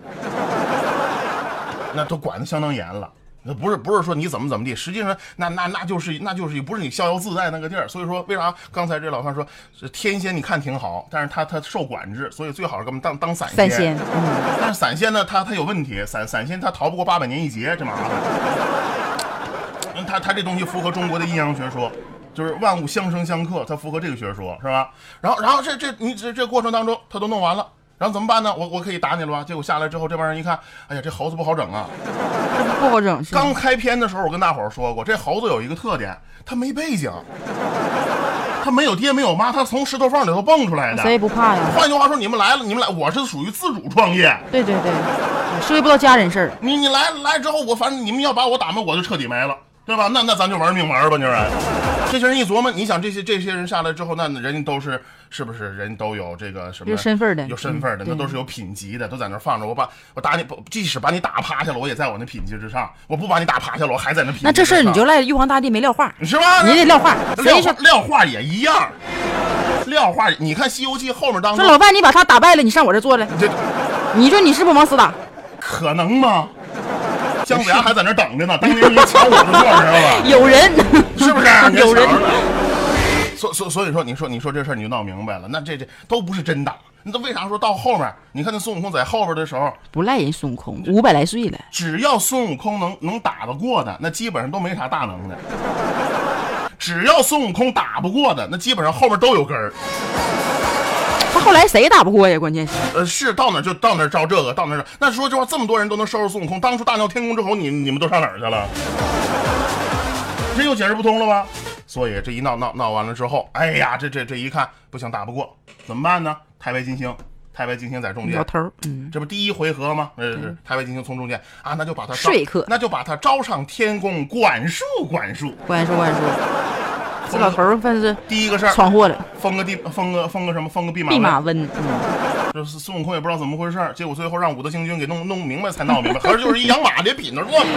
D: 那都管得相当严了。那不是不是说你怎么怎么地，实际上那那那就是那就是不是你逍遥自在那个地儿。所以说为啥刚才这老范说这天仙你看挺好，但是他他受管制，所以最好是给我们当当散
E: 散仙，嗯，
D: 但是散仙呢，它它有问题，散散仙它逃不过八百年一劫，这麻烦。嗯它它这东西符合中国的阴阳学说，就是万物相生相克，它符合这个学说，是吧？然后然后这这你这这过程当中，它都弄完了。然后怎么办呢？我我可以打你了吧？结果下来之后，这帮人一看，哎呀，这猴子不好整啊！
E: 不好整是吧。
D: 刚开篇的时候，我跟大伙儿说过，这猴子有一个特点，它没背景，它没有爹没有妈，它从石头缝里头蹦出来的
E: 谁。也不怕呀。
D: 换句话说，你们来了，你们来，我是属于自主创业，
E: 对对
D: 嗯
E: 对，涉及不到家人事儿。
D: 你你来来之后，我反正你们要把我打没，我就彻底没了，对吧？那那咱就玩命玩吧，就是。这些人一琢磨，你想这些这些人下来之后，那人家都是是不是人都有这个什么
E: 有身份的
D: 有身份的，
E: 嗯
D: 那
E: 对
D: 都是有品级的，都在那儿放着。我把我打你，不即使把你打趴下了，我也在我那品级之上；我不把你打趴下了，我还在那品级之上。
E: 那这事儿你就赖玉皇大帝没撂话，
D: 是吧？
E: 你得撂话。
D: 嗯撂
E: 谁
D: 话
E: 说
D: 撂话也一样，撂话也你看《西游记》后面当
E: 说
D: 中，
E: 老范你把他打败了，你上我这坐来，
D: 这
E: 你说你是不是往死打？
D: 可能吗？姜子牙还在那儿等着呢，当年你抢我的座，知道吧？
E: 有人， ？
D: 是不是
E: 有
D: 你小时
E: 人
D: 候。所所所所以说，你说你说这事儿你就闹明白了，那这这都不是真的。那为啥说到后面？你看那孙悟空在后边的时候，
E: 不赖人孙悟空，五百来岁了，
D: 只要孙悟空能能打得过的，那基本上都没啥大能耐。 只要孙悟空打不过的，那基本上后面都有根儿。
E: 他后来谁也打不过呀？关键是
D: 呃，是到哪儿就到哪儿招这个，到哪儿招。那说这话，这么多人都能收拾孙悟空，当初大闹天宫之后，你你们都上哪儿去了？这又解释不通了吧？所以这一闹闹闹完了之后，哎呀，这这这一看不行，打不过，怎么办呢？太白金星，太白金星在中间
E: 老，头儿，嗯，
D: 这不第一回合吗？呃，是太白金星从中间啊，那就把他招
E: 说客
D: 那就把他招上天宫，管束管束。
E: 关说关说，这老头儿算是
D: 第一个事儿，
E: 闯祸了，
D: 封个地，封个封个什么，封个弼马
E: 弼
D: 温。
E: 马温，嗯，
D: 就是孙悟空也不知道怎么回事儿，结果最后让武德星君给弄弄明白才闹明白，合着就是一养马的比那儿乱着。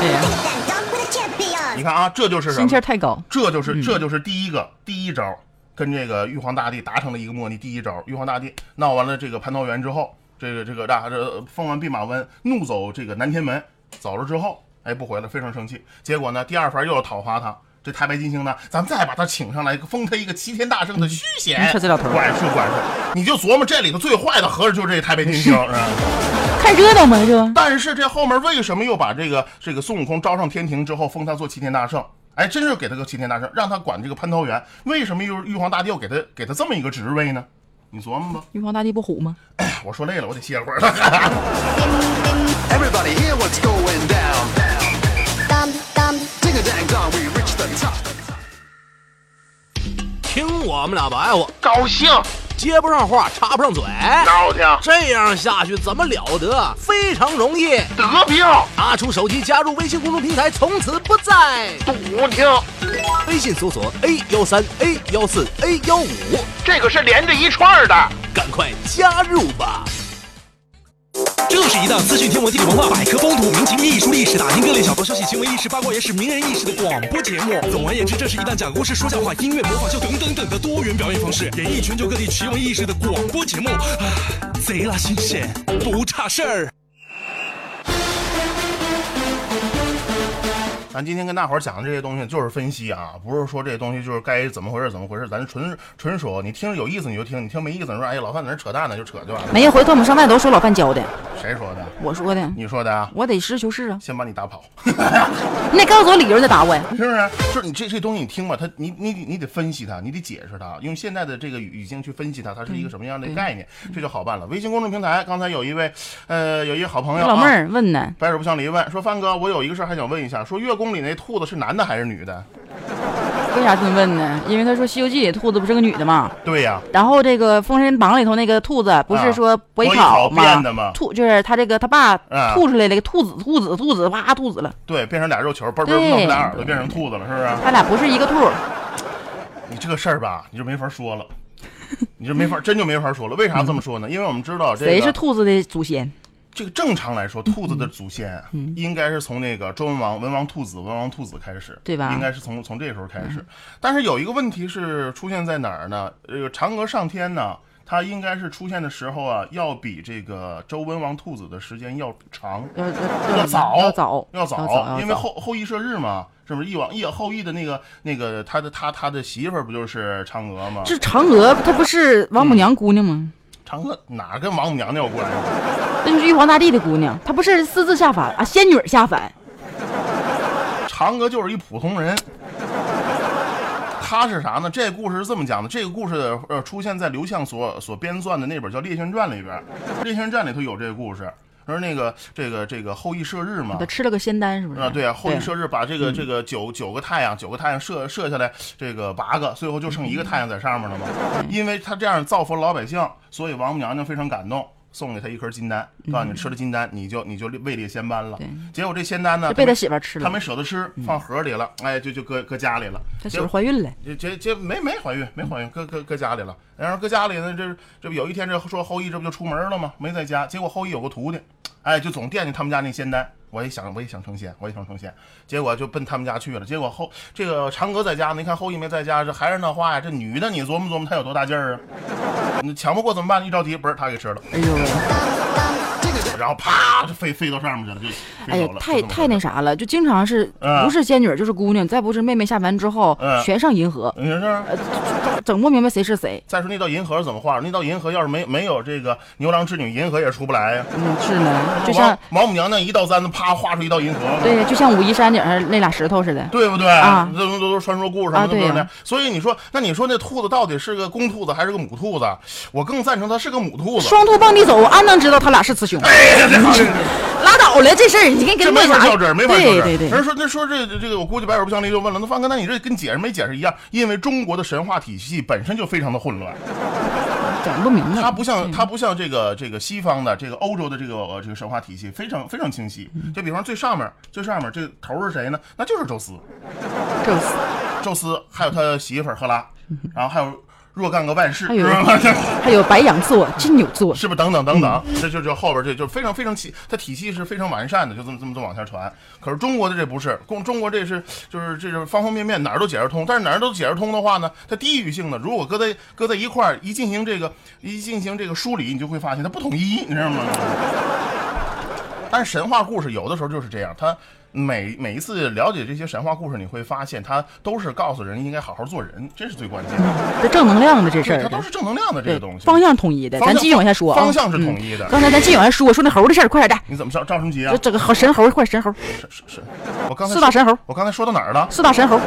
E: 对呀，
C: Stand up for the champion.
D: 你看啊，这就是什
E: 心气
D: 么
E: 儿？嗯太高，
D: 这就是这就是第一个第一招，跟这个玉皇大帝达成了一个默契。第一招，玉皇大帝闹完了这个蟠桃园之后，这个这个大这封完弼马温，怒走这个南天门，走了之后，哎不回来，非常生气。结果呢，第二番又要讨伐他。这太白金星呢？咱们再把他请上来，封他一个齐天大圣
E: 嗯
D: 的虚衔。
E: 你说这老头儿
D: 管束管束，你就琢磨这里头最坏的，合着就这太白金 星，是吧？
E: 看热闹嘛，这不
D: 但是这后面为什么又把这个这个孙悟空招上天庭之后，封他做齐天大圣？哎，真是给他个齐天大圣，让他管这个蟠桃园。为什么又是玉皇大帝又给他给他这么一个职位呢？你琢磨吧。
E: 玉皇大帝不虎吗？
D: 哎我说累了，我得歇会儿。
F: Everybody hear what's going down.
C: Dum dum
F: Ding a dang dong, we reach the top.
B: 听我们俩白话，
D: 高兴
B: 接不上话，插不上嘴，
D: 闹挺
B: 这样下去怎么了得？非常容易。
D: 得病
B: 拿出手机，加入微信公众平台，从此不再。
D: 赌听，
B: 微信搜索 A 幺三 A 幺四 A 幺五，
D: 这个是连着一串的。
B: 赶快加入吧！这是一档资讯天文地理文化百科风土民情艺术历史打听各类小道消息行为意识八卦野史名人轶事的广播节目。总而言之，这是一档讲故事、说笑话、音乐、模仿秀等等等的多元表演方式，演绎全球各地奇闻异事的广播节目。啊，贼拉新鲜，不差事儿。
D: 咱今天跟大伙儿讲的这些东西就是分析啊，不是说这东西就是该怎么回事怎么回事，咱纯纯说，你听着有意思你就听，你听没意思你说哎呀老范在那扯淡呢就扯就完了。
E: 没有，回头我们上外头说老范教的，
D: 谁说的？
E: 我说的，
D: 你说的啊？
E: 我得实事求是啊，
D: 先把你打跑。
E: 你得告诉我理由再打我呀。
D: 是不是？就是你这这东西你听吧，它你你你得分析它，你得解释它，用现在的这个语境去分析它，它是一个什么样的概念，这就好办了。微信公众平台，刚才有一位，呃，有一位好朋友、啊、
E: 老妹儿问呢，
D: 白首不相离问说：“范哥，我有一个事儿还想问一下，说月宫里那兔子是男的还是女的
E: 为啥这么问呢？因为他说《西游记》里兔子不是个女的吗？？”
D: 对呀、
E: 然后这个《封神榜》里头那个兔子不
D: 啊
E: 是说
D: 伯
E: 北
D: 邑考
E: 考
D: 变的吗
E: 兔就是他这个他爸
D: 啊
E: 吐出来了个兔子，兔子，兔子，哇，兔子了。
D: 对，变成俩肉球，嘣嘣
E: 对
D: 弄出俩耳朵，变成兔子了，是不是？
E: 他俩不是一个兔儿，
D: 你这个事儿吧，你就没法说了。你这没法，真就没法说了。为啥这么说呢？因为我们知道这个
E: 谁是兔子的祖先？
D: 这个正常来说，
E: 嗯
D: 兔子的祖先啊应该是从那个周文王、文王兔子、文王兔子开始，
E: 对吧嗯
D: 应该是从从这时候开始。但是有一个问题是出现在哪儿呢？这个嫦娥上天呢，它应该是出现的时候啊，要比这个周文王兔子的时间要长。
E: 要要
D: 要早，
E: 嗯要早，
D: 要
E: 早，
D: 早，
E: 要
D: 因为
E: 早
D: 后后羿射日嘛，是不是？羿王羿后羿的那个那个他的他他的媳妇儿不就是嫦娥吗？
E: 这嫦娥她不是王母娘姑娘
D: 嗯
E: 吗？
D: 嫦娥哪儿跟王母娘娘有关系？
E: 那就是玉皇大帝的姑娘，她不是私自下凡啊，仙女儿下凡。
D: 嫦娥就是一普通人。他是啥呢？这故事是这么讲的，这个故事呃出现在刘向所所编撰的那本叫《列仙传》里边，《列仙传》里头有这个故事，说那个这个这个后羿射日嘛
E: 她，吃了个仙丹，是嗯不是？
D: 啊对啊，后羿射日把这个这个九九个太阳九个太阳射射下来，这个八个，最后就剩一个太阳在上面了嘛，
E: 嗯
D: 因为他这样造福老百姓，所以王母娘娘非常感动。送给他一颗金丹，
E: 嗯
D: 告诉你吃了金丹，你就你就位列仙班了。结果这仙丹呢，
E: 就被他媳妇儿吃
D: 他
E: 了
D: 没，舍得吃，放盒里了，哎，就就搁搁家里了。
E: 她媳
D: 结
E: 妇儿
D: 果
E: 怀孕了，
D: 这这这没没怀孕，没怀孕，搁搁搁家里了。然后搁家里呢，这这不有一天这说后羿这不就出门了吗？没在家，结果后羿有个徒弟，哎，就总惦记他们家那仙丹。我也想，我也想成仙，我也想成仙，结果就奔他们家去了。结果后这个嫦娥在家，你看后羿没在家，这还是那话呀，这女的你琢磨琢磨，她有多大劲儿啊？ 你抢不过怎么办？一着急，不是她给吃了，
E: 哎呦喂，
D: 然后啪就飞飞到上面去了，就
E: 哎
D: 飞
E: 呀
D: 走，了。
E: 太
D: 就这么
E: 太
D: 回
E: 那
D: 事
E: 啥了，就经常是
D: 嗯
E: 不是仙女儿就是姑娘，再不是妹妹下凡之后
D: 嗯
E: 全上银河，
D: 你说是？
E: 呃，整不明白谁是谁。
D: 再说那道银河是怎么画的？那道银河要是没没有这个牛郎织女，银河也出不来呀、
E: 嗯，是呢，就
D: 王
E: 像
D: 王母娘娘一道簪子，啪画出一道银河，
E: 对，就像武夷山顶上那俩石头似的。
D: 对不对？
E: 啊
D: 这都都是传说故事上
E: 啊
D: 的都
E: 对
D: 是
E: 呀
D: 那样。所以你说，那你说那兔子到底是个公兔子还是个母兔子？我更赞成它是个母兔子。
E: 双兔傍地走，安能知道他俩是雌雄？
D: 哎
E: 拉倒了，这事儿你跟
D: 这
E: 跟
D: 没
E: 那
D: 法
E: 啥
D: 较真儿，没法较真儿。嗯
E: 对对
D: 人
E: 对，
D: 说那说这这个，我估计白手不相离就问了，那范哥，那你这跟解释没解释一样？因为中国的神话体系本身就非常的混乱，
E: 整不明白。
D: 它不像它不像这个这个西方的这个欧洲的这个呃这个神话体系非常非常清晰。
E: 嗯
D: 就比方最上面最上面这个头是谁呢？那就是宙斯，
E: 宙斯，
D: 宙斯还有他媳妇儿赫拉，然后还有若干个万事，
E: 还有
D: 是吧
E: 还有白羊座、金牛座，
D: 是不是？等等等等，
E: 嗯
D: 这就就后边这就非常非常体，它体系是非常完善的，就这么这么这么往下传。可是中国的这不是，中中国这是就是这是方方面面哪儿都解释通，但是哪儿都解释通的话呢，它地域性的如果搁在搁在一块儿一进行这个一进行这个梳理，你就会发现它不统一，你知道吗？ 但是神话故事有的时候就是这样，它每每一次了解这些神话故事，你会发现它都是告诉人应该好好做人，这是最关键的，
E: 这正能量的这事
D: 对
E: 儿
D: 它，都是正能量的这个东西。
E: 方向统一的。
D: 方
E: 咱
D: 向
E: 继续往下说啊，
D: 方向是统一的
E: 嗯刚才咱继续往下说，说那猴的事儿，快点
D: 你怎么着着什么急
E: 的，
D: 啊
E: 就？整个好神猴，快神猴，
D: 是是是，我刚才
E: 四大
D: 说
E: 神猴，
D: 我刚才说到哪儿了？
E: 四大神猴，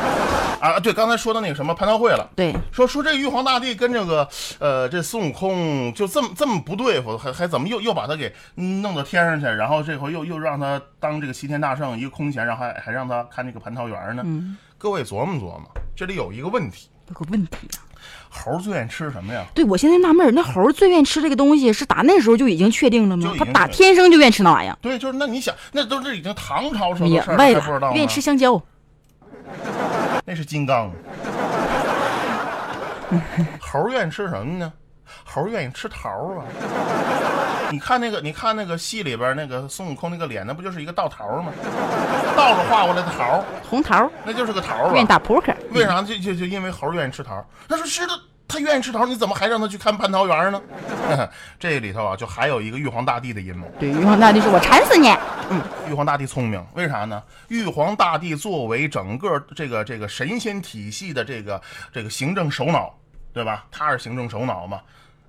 D: 啊，对，刚才说到那个什么蟠桃会了。
E: 对，
D: 说说这玉皇大帝跟这个呃这孙悟空就这么这么不对付，还还怎么又又把他给嗯弄到天上去，然后这回又又让他当这个齐天大圣一个空闲，然后还还让他看这个蟠桃园呢。
E: 嗯
D: 各位琢磨琢磨，这里有一个问题，
E: 有个问题啊。
D: 猴儿最愿意吃什么呀？
E: 对，我现在纳闷儿，那猴儿最愿意吃这个东西，是打那时候就已经确定了吗
D: 就？已
E: 他
D: 经
E: 打
D: 确
E: 天生就愿意吃那玩意儿，
D: 对，就是那你想，那都是已经唐朝时候
E: 明
D: 的事儿，还
E: 白
D: 不知道
E: 了，
D: 吗？
E: 愿意吃香蕉。
D: 那是金刚。啊猴儿愿意吃什么呢？猴儿愿意吃桃儿啊！啊你看那个，你看那个戏里边那个孙悟空那个脸，那不就是一个倒桃儿吗？倒着画过来的桃儿，
E: 红桃儿
D: 那就是个桃儿
E: 愿意
D: 吧？
E: 打扑克，
D: 为啥？就就就因为猴儿愿意吃桃儿。他说是的，他愿意吃桃儿，你怎么还让他去看蟠桃园儿呢？ 这里头啊，就还有一个玉皇大帝的阴谋。
E: 对，玉皇大帝说：“我馋死你。
D: 玉皇大帝聪明，为啥呢？玉皇大帝作为整个这个这个神仙体系的这个这个行政首脑，对吧？他是行政首脑嘛，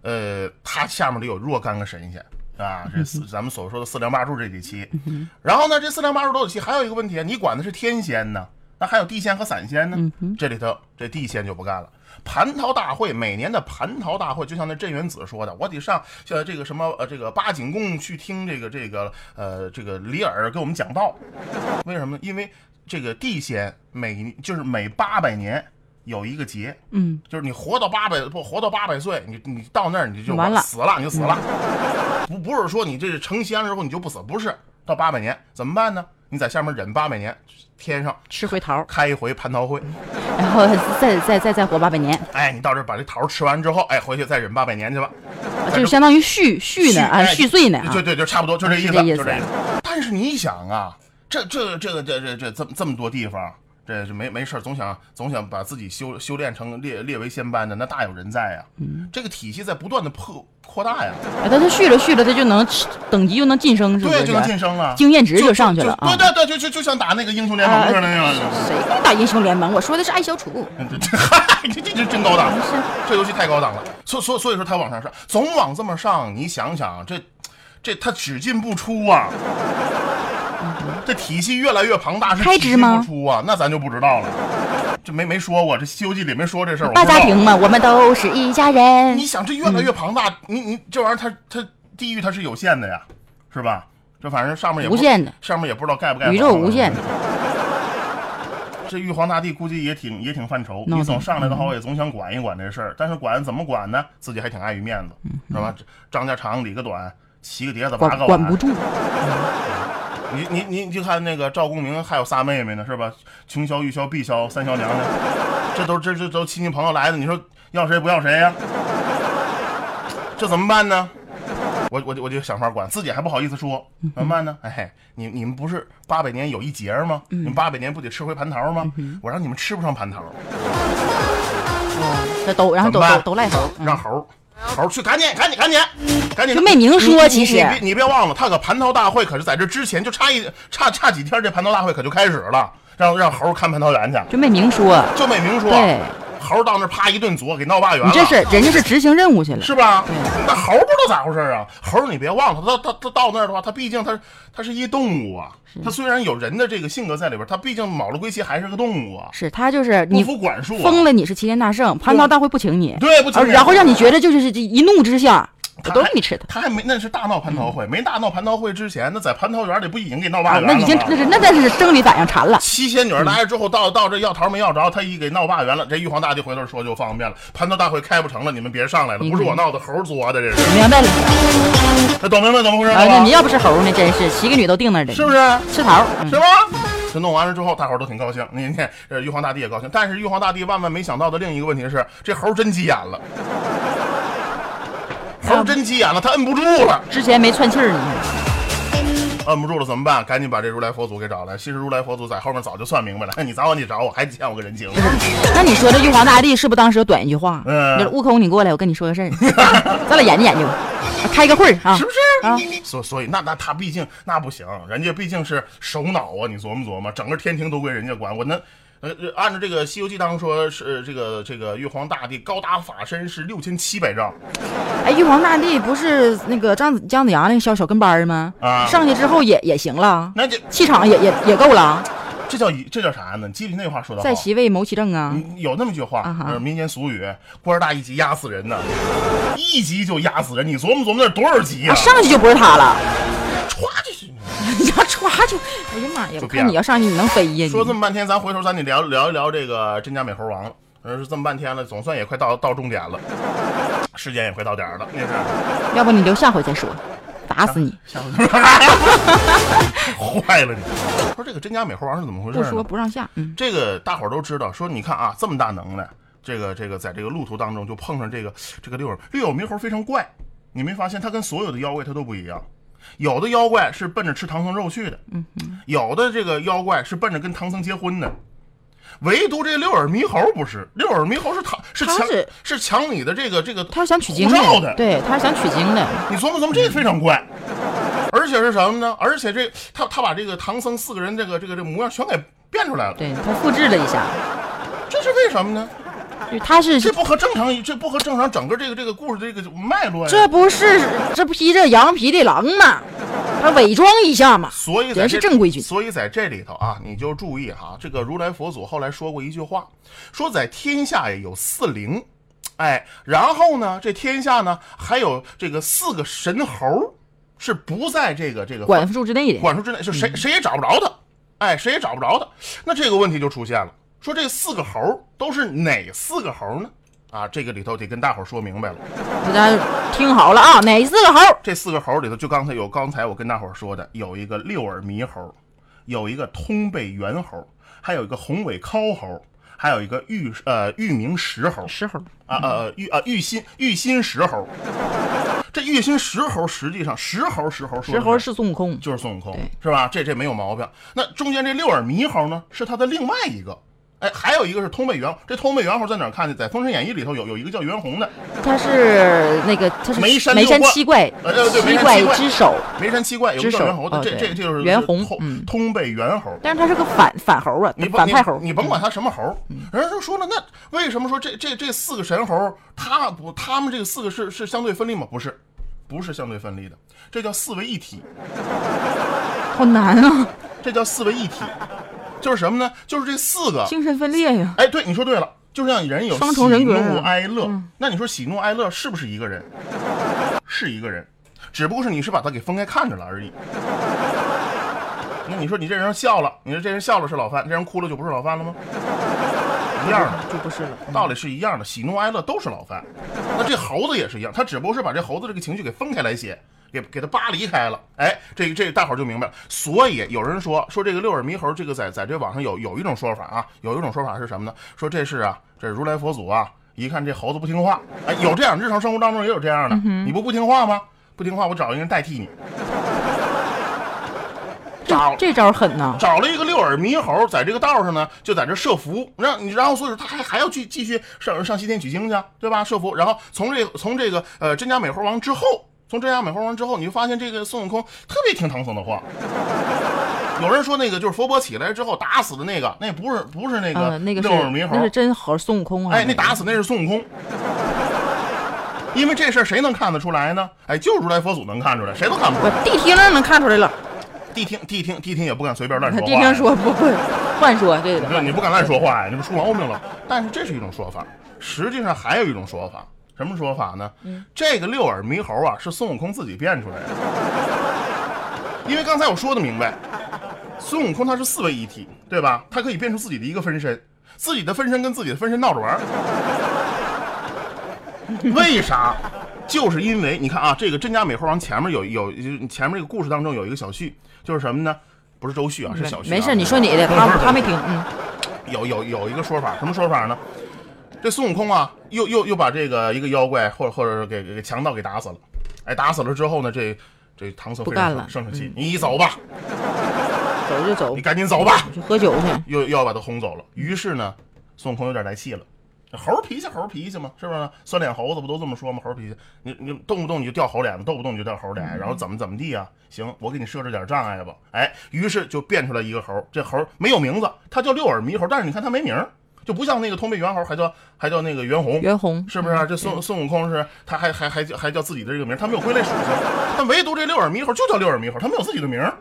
D: 呃，他下面得有若干个神仙啊，这四咱们所说的四梁八柱这几期。 然后呢，这四梁八柱都有期，还有一个问题，你管的是天仙呢，那还有地仙和散仙呢？这里头这地仙就不干了。蟠桃大会每年的蟠桃大会，就像那镇元子说的，我得上呃这个什么呃这个八景宫去听这个这个呃这个李耳给我们讲道，为什么呢？因为这个地仙每就是每八百年有一个节，
E: 嗯，
D: 就是你活到八百不活到八百岁，你你到那儿你就
E: 完了嗯
D: 死了你就死了，不不是说你这成仙了之后你就不死，不是到八百年怎么办呢？你在下面忍八百年，天上”
E: 吃回桃儿，
D: 开一回蟠桃会。
E: 然后再再再再活八百年，
D: 哎，你到这儿把这桃儿吃完之后，哎，回去再忍八百年去吧。
E: 就是相当于续续呢啊，
D: 哎
E: 续岁呢啊
D: 对。对对，差不多就这意思，
E: 是这意思
D: 就这意思。但是你想啊，这这这个这这这这么这么多地方，这这没没事儿总想总想把自己修修炼成列列为仙班的，那大有人在呀、啊
E: 嗯
D: 这个体系在不断的破扩大呀，
E: 哎，他他续了续了，他就能吃等级就能晋升，是不
D: 对，
E: 是？
D: 就能晋升了，
E: 经验值就上去了
D: 对
E: 啊
D: 对对，就就就像打那个英雄联盟似的那样。
E: 谁跟你打英雄联盟？我说的是爱消除。
D: 这这嗨，这这这真高档，这游戏太高档了。所所所以说它往上上，总往这么上，你想想这这它只进不出啊。这体系越来越庞大，是
E: 开支吗
D: 只进不出啊，那咱就不知道了。这没没说过，这《西游记》里没说这事儿。我
E: 大
D: 不知道
E: 家庭嘛，我们都是一家人
D: 你。想这越来越庞
E: 嗯
D: 大，你你这玩意儿它它地域它是有限的呀，是吧？这反正上面也不
E: 无限的，
D: 上面也不知道盖不盖房
E: 宇
D: 了。
E: 宙无限
D: 这玉皇大帝估计也挺也挺犯愁，
E: 闹腾嗯
D: 你总上来的话，我也总想管一管这事儿，但是管怎么管呢？自己还挺碍于面子，是吧？张家长李个短，七个碟子八
E: 嗯管
D: 个碗，
E: 管不住，
D: 你你你你就看那个赵公明还有仨妹妹呢，是吧？穷枭、玉枭、碧枭、三小娘娘，这都这这都亲戚朋友来的，你说要谁不要谁呀、这怎么办呢？我我就我就想法管，自己还不好意思说，怎么办呢？哎嘿，你你们不是八百年有一节吗？你们八百年不得吃回蟠桃吗？我让你们吃不上蟠桃，
E: 这都然后
D: 怎
E: 都
D: 么
E: 都
D: 办
E: 都赖猴。嗯
D: 让猴儿猴儿去，赶紧赶紧赶紧赶紧！
E: 就没明说
D: 你你
E: 其实
D: 你别你别忘了，他可蟠桃大会可是在这之前就差一差差几天，这蟠桃大会可就开始了，让让猴儿看蟠桃园去，
E: 就没明说，
D: 就没明说。
E: 对，
D: 猴到那儿啪一顿左给闹罢园
E: 你
D: 了。
E: 这是人家是执行任务去了，
D: 是吧？那猴不知道咋回事啊！猴你别忘了，它它它到那儿的话，它毕竟它它是一动物啊。它虽然有人的这个性格在里边，它毕竟卯了归期还是个动物啊，
E: 是他就是
D: 不
E: 你
D: 服管束、啊。
E: 封了你是齐天大圣，蟠桃大会不请你，
D: 对不请
E: 而
D: 你
E: 然后让你觉得就是这一怒之下，我
D: 他
E: 都
D: 还
E: 给你吃它。
D: 他还没那是大闹蟠桃会，没大闹蟠桃会之前，那在蟠桃园里不已经给闹罢
E: 啊
D: 园了
E: 那
D: 吗？
E: 已经那嗯是那那是生理反应馋了，
D: 七仙女儿来了之后，到到这要桃没要着，他一给闹罢园了。这玉皇大帝回头说就方便了，蟠桃大会开不成了，你们别上来了，不是我闹的，猴儿作啊的这是。
E: 明白了。
D: 那懂明白怎么回事
E: 啊，
D: 了
E: 那
D: 吧
E: 你？要不是猴呢，真是七个女都定那儿的，
D: 是不是？
E: 吃桃儿，嗯
D: 是吧？这弄完了之后，大伙儿都挺高兴，你你呃，玉皇大帝也高兴。但是玉皇大帝万万没想到的另一个问题是，这猴儿真急眼了，猴儿真急眼了，他摁不住了，
E: 之前没串气儿，你看
D: 摁不住了怎么办？赶紧把这如来佛祖给找来。其实如来佛祖在后面早就算明白了， 哎你早晚得找我，还欠我个人情。
E: 那你说这玉皇大帝是不是当时短一句话？
D: 嗯
E: 你说悟空，你过来，我跟你说个事儿， 咱俩研究研究，啊开个会儿啊
D: 是。不是？
E: 啊
D: 所所以那那他毕竟那不行，人家毕竟是首脑啊，你琢磨琢磨，整个天庭都归人家管，我能。呃，呃按照这个《西游记》当中说，是呃这个这个玉皇大帝高达法身是六千七百丈，
E: 哎，玉皇大帝不是那个姜子姜子牙那个小小跟班儿吗？
D: 啊
E: 上去之后也也行了，
D: 那这
E: 气场也也也够了，啊
D: 这叫一这叫啥呢？记不记那话说的好？
E: 在其位谋其政啊。
D: 嗯有那么句话
E: 啊，哈
D: 呃民间俗语，官儿大一级压死人呢，一级就压死人，你琢磨琢磨那多少级呀、
E: 啊，上去就不是他了，
D: 歘就是。
E: 你要抓就，哎呀妈呀！我
D: 变
E: 看你要上去，你能飞呀？你
D: 说这么半天，咱回头咱得聊聊一聊这个真假美猴王了。呃，是这么半天了，总算也快到到终点了，时间也快到点儿了，那是
E: 要不你留下回再说，打死你！
D: 下回 坏了你。说这个真假美猴王是怎么回事
E: 不
D: 呢？
E: 说不让下，嗯，
D: 这个大伙儿都知道，说你看啊，这么大能耐，这个这个在这个路途当中就碰上这个这个六耳六耳猕猴非常怪，你没发现它跟所有的妖怪它都不一样。有的妖怪是奔着吃唐僧肉去的，
E: 嗯
D: 有的这个妖怪是奔着跟唐僧结婚的，唯独这六耳猕猴不是，六耳猕猴是唐是
E: 他
D: 抢
E: 是
D: 是抢你的这个这个
E: 他是想取经
D: 护照
E: 的
D: 的，，
E: 对，他是想取经的，
D: 你琢磨琢磨，这非常怪。而且是什么呢？而且这他他把这个唐僧四个人这个这个这模样全给变出来了，
E: 对他复制了一下，
D: 这是为什么呢？
E: 就他是
D: 这不和正常，这不和正常整个这个这个故事的这个脉络呀。
E: 这不是这披着羊皮的狼吗？他伪装一下嘛，
D: 所以在
E: 人
D: 这
E: 是正规军，
D: 所以在这里头啊，你就注意哈，这个如来佛祖后来说过一句话，说在天下也有四灵，哎，然后呢，这天下呢还有这个四个神猴，是不在这个这个
E: 管嗯束之内的。
D: 管束之内，就谁谁也找不着他，哎，谁也找不着他。那这个问题就出现了，说这四个猴都是哪四个猴呢？啊，这个里头得跟大伙儿说明白了。
E: 大家听好了啊，哪四个猴？
D: 这四个猴里头，就刚才有刚才我跟大伙儿说的，有一个六耳猕猴，有一个通背猿猴，还有一个红尾尻猴，还有一个玉呃玉明石猴
E: 石猴。
D: 啊呃玉啊玉心玉心石猴。这玉心石猴实际上石猴石猴说
E: 石
D: 的
E: 猴是孙悟空，
D: 就是孙悟空
E: 对，
D: 是吧？这这没有毛病。那中间这六耳猕猴呢，是他的另外一个。哎，还有一个是通背猿，猴，这通背猿猴在哪儿看见？在《封神演义》里头有有一个叫袁洪的，
E: 他是那个他是
D: 眉山
E: 眉山
D: 六怪
E: 七怪
D: 呃对对眉
E: 七
D: 山
E: 怪
D: 七怪
E: 之首，
D: 眉山七怪有个叫袁猴的，
E: 之首
D: 这
E: 哦
D: 这
E: 对
D: 这就是
E: 袁洪
D: 通
E: 嗯
D: 通背猿猴。
E: 但是他是个反反猴啊
D: 你，甭
E: 反派猴。嗯
D: 你，你甭管他什么猴，人家就说了，那为什么说这这这四个神猴，他不他们这个四个是是相对分立吗？不是，不是相对分立的，这叫四为一体，
E: 好难啊，
D: 这叫四为一体，就是什么呢？就是这四个，
E: 精神分裂呀。
D: 哎，对，你说对了，就像人有
E: 双重人格
D: 喜怒
E: 啊
D: 哀乐，那你说喜怒哀乐是不是一个人？是一个人，只不过是你是把它给分开看着了而已。那你说你这人笑了，你说这人笑了是老范，这人哭了就不是老范了吗？一样的，
E: 就不是了，
D: 道理是一样的，喜怒哀乐都是老范。那这猴子也是一样，他只不过是把这猴子这个情绪给分开来写，给给他扒离开了。哎，这个这个大伙儿就明白了。所以有人说说这个六耳猕猴，这个在在这网上有有一种说法啊，有一种说法是什么呢？说这是啊，这如来佛祖啊，一看这猴子不听话，哎，有这样，日常生活当中也有这样的，你不不听话吗？不听话，我找一个人代替你。找
E: 这这招狠呐！
D: 找了一个六耳猕猴，在这个道上呢，就在这设伏，让你，然后所以说他还还要去继续上上西天取经去，对吧？设伏，然后从这从这个呃真假美猴王之后，从真假美猴王之后，你就发现这个孙悟空特别听唐僧的话，有人说那个就是佛伯起来之后打死的那个，那不是不是那
E: 啊、
D: 个
E: 那个是
D: 六耳猕猴
E: 那，是真猴孙悟空啊！
D: 哎，那打死那是孙悟空。因为这事儿谁能看得出来呢？哎，就是如来佛祖能看出来，谁都看不出
E: 我
D: 来。
E: 谛听了能看出来了，
D: 谛听谛听谛听也不敢随便乱
E: 谛
D: 说话。
E: 听说不不乱说这个
D: 对，你不敢乱说话呀，你不出毛病了。但是这是一种说法，实际上还有一种说法，什么说法呢？
E: 嗯
D: 这个六耳猕猴啊，是孙悟空自己变出来的。因为刚才我说的明白，孙悟空他是四位一体，对吧？他可以变出自己的一个分身，自己的分身跟自己的分身闹着玩儿。为啥？就是因为你看啊，这个真假美猴王前面有有前面这个故事当中有一个小序，就是什么呢？不是周旭啊，是小旭啊、
E: 没事，你说你的，
D: 不是
E: 他
D: 不是
E: 他没听，嗯，
D: 有有有一个说法，什么说法呢？这孙悟空啊，又又又把这个一个妖怪或者或者给给强盗给打死了，哎，打死了之后呢，这这唐僧
E: 不
D: 非常
E: 干了嗯
D: 生生气，你走吧，
E: 走就走
D: 你，赶紧走吧，
E: 去喝酒去。
D: 又又要把他轰走了。于是呢，孙悟空有点来气了。猴儿脾气，猴儿脾气嘛，是不是？酸脸猴子不都这么说吗？猴儿脾气，你你动不动你就掉猴脸子，动不动你就掉猴脸，然后怎么怎么地啊？行，我给你设置点障碍吧。哎，于是就变出来一个猴儿，这猴儿没有名字，它叫六耳猕猴，但是你看它没名儿，就不像那个通背猿猴，还叫还叫那个猿猴，
E: 袁弘嗯
D: 是不是？这孙孙悟空是，他还还还还叫自己的这个名儿，他没有归类属性，但唯独这六耳猕猴就叫六耳猕猴，他没有自己的名儿，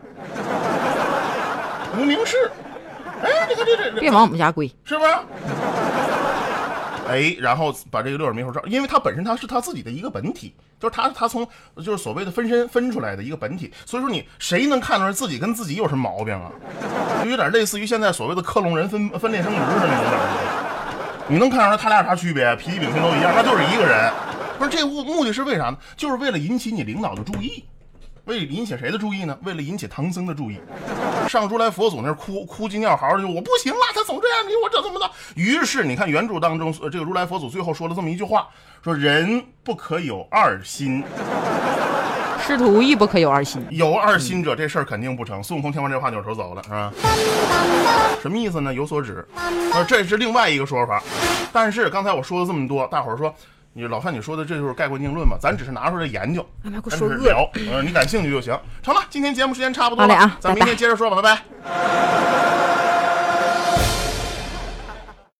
D: 无名氏。哎，你看这这这
E: 别往我们家归，
D: 是不是？哎，然后把这个六耳猕猴照，因为它本身它是它自己的一个本体，就是它它从就是所谓的分身分出来的一个本体，所以说你谁能看出来自己跟自己有什么毛病啊？就有点类似于现在所谓的克隆人分分裂生殖的那种感觉。你能看出来他俩有啥区别？脾气秉性都一样，他就是一个人。不是这目目的是为啥呢？就是为了引起你领导的注意，为了引起谁的注意呢？为了引起唐僧的注意。上如来佛祖那儿哭哭鸡尿嚎的，就我不行了，他总这样，你我这怎么的？于是你看原著当中，呃这个如来佛祖最后说了这么一句话，说人不可有二心，
E: 师徒亦不可有二心。
D: 有二心者这事儿肯定不成。孙悟空听完这话扭头走了，是吧？什么意思呢？有所指。呃，这是另外一个说法。但是刚才我说了这么多，大伙儿说。你老范，你说的这就是盖棺定论嘛？咱只是拿出来研究，
E: 哎妈给我
D: 咱
E: 说
D: 只是
E: 饿
D: 聊，呃，你感兴趣就行。成了，今天节目时间差不多
E: 好
D: 了，
E: 嘞啊
D: 咱
E: 拜
D: 明
E: 拜
D: 天接着说吧，拜拜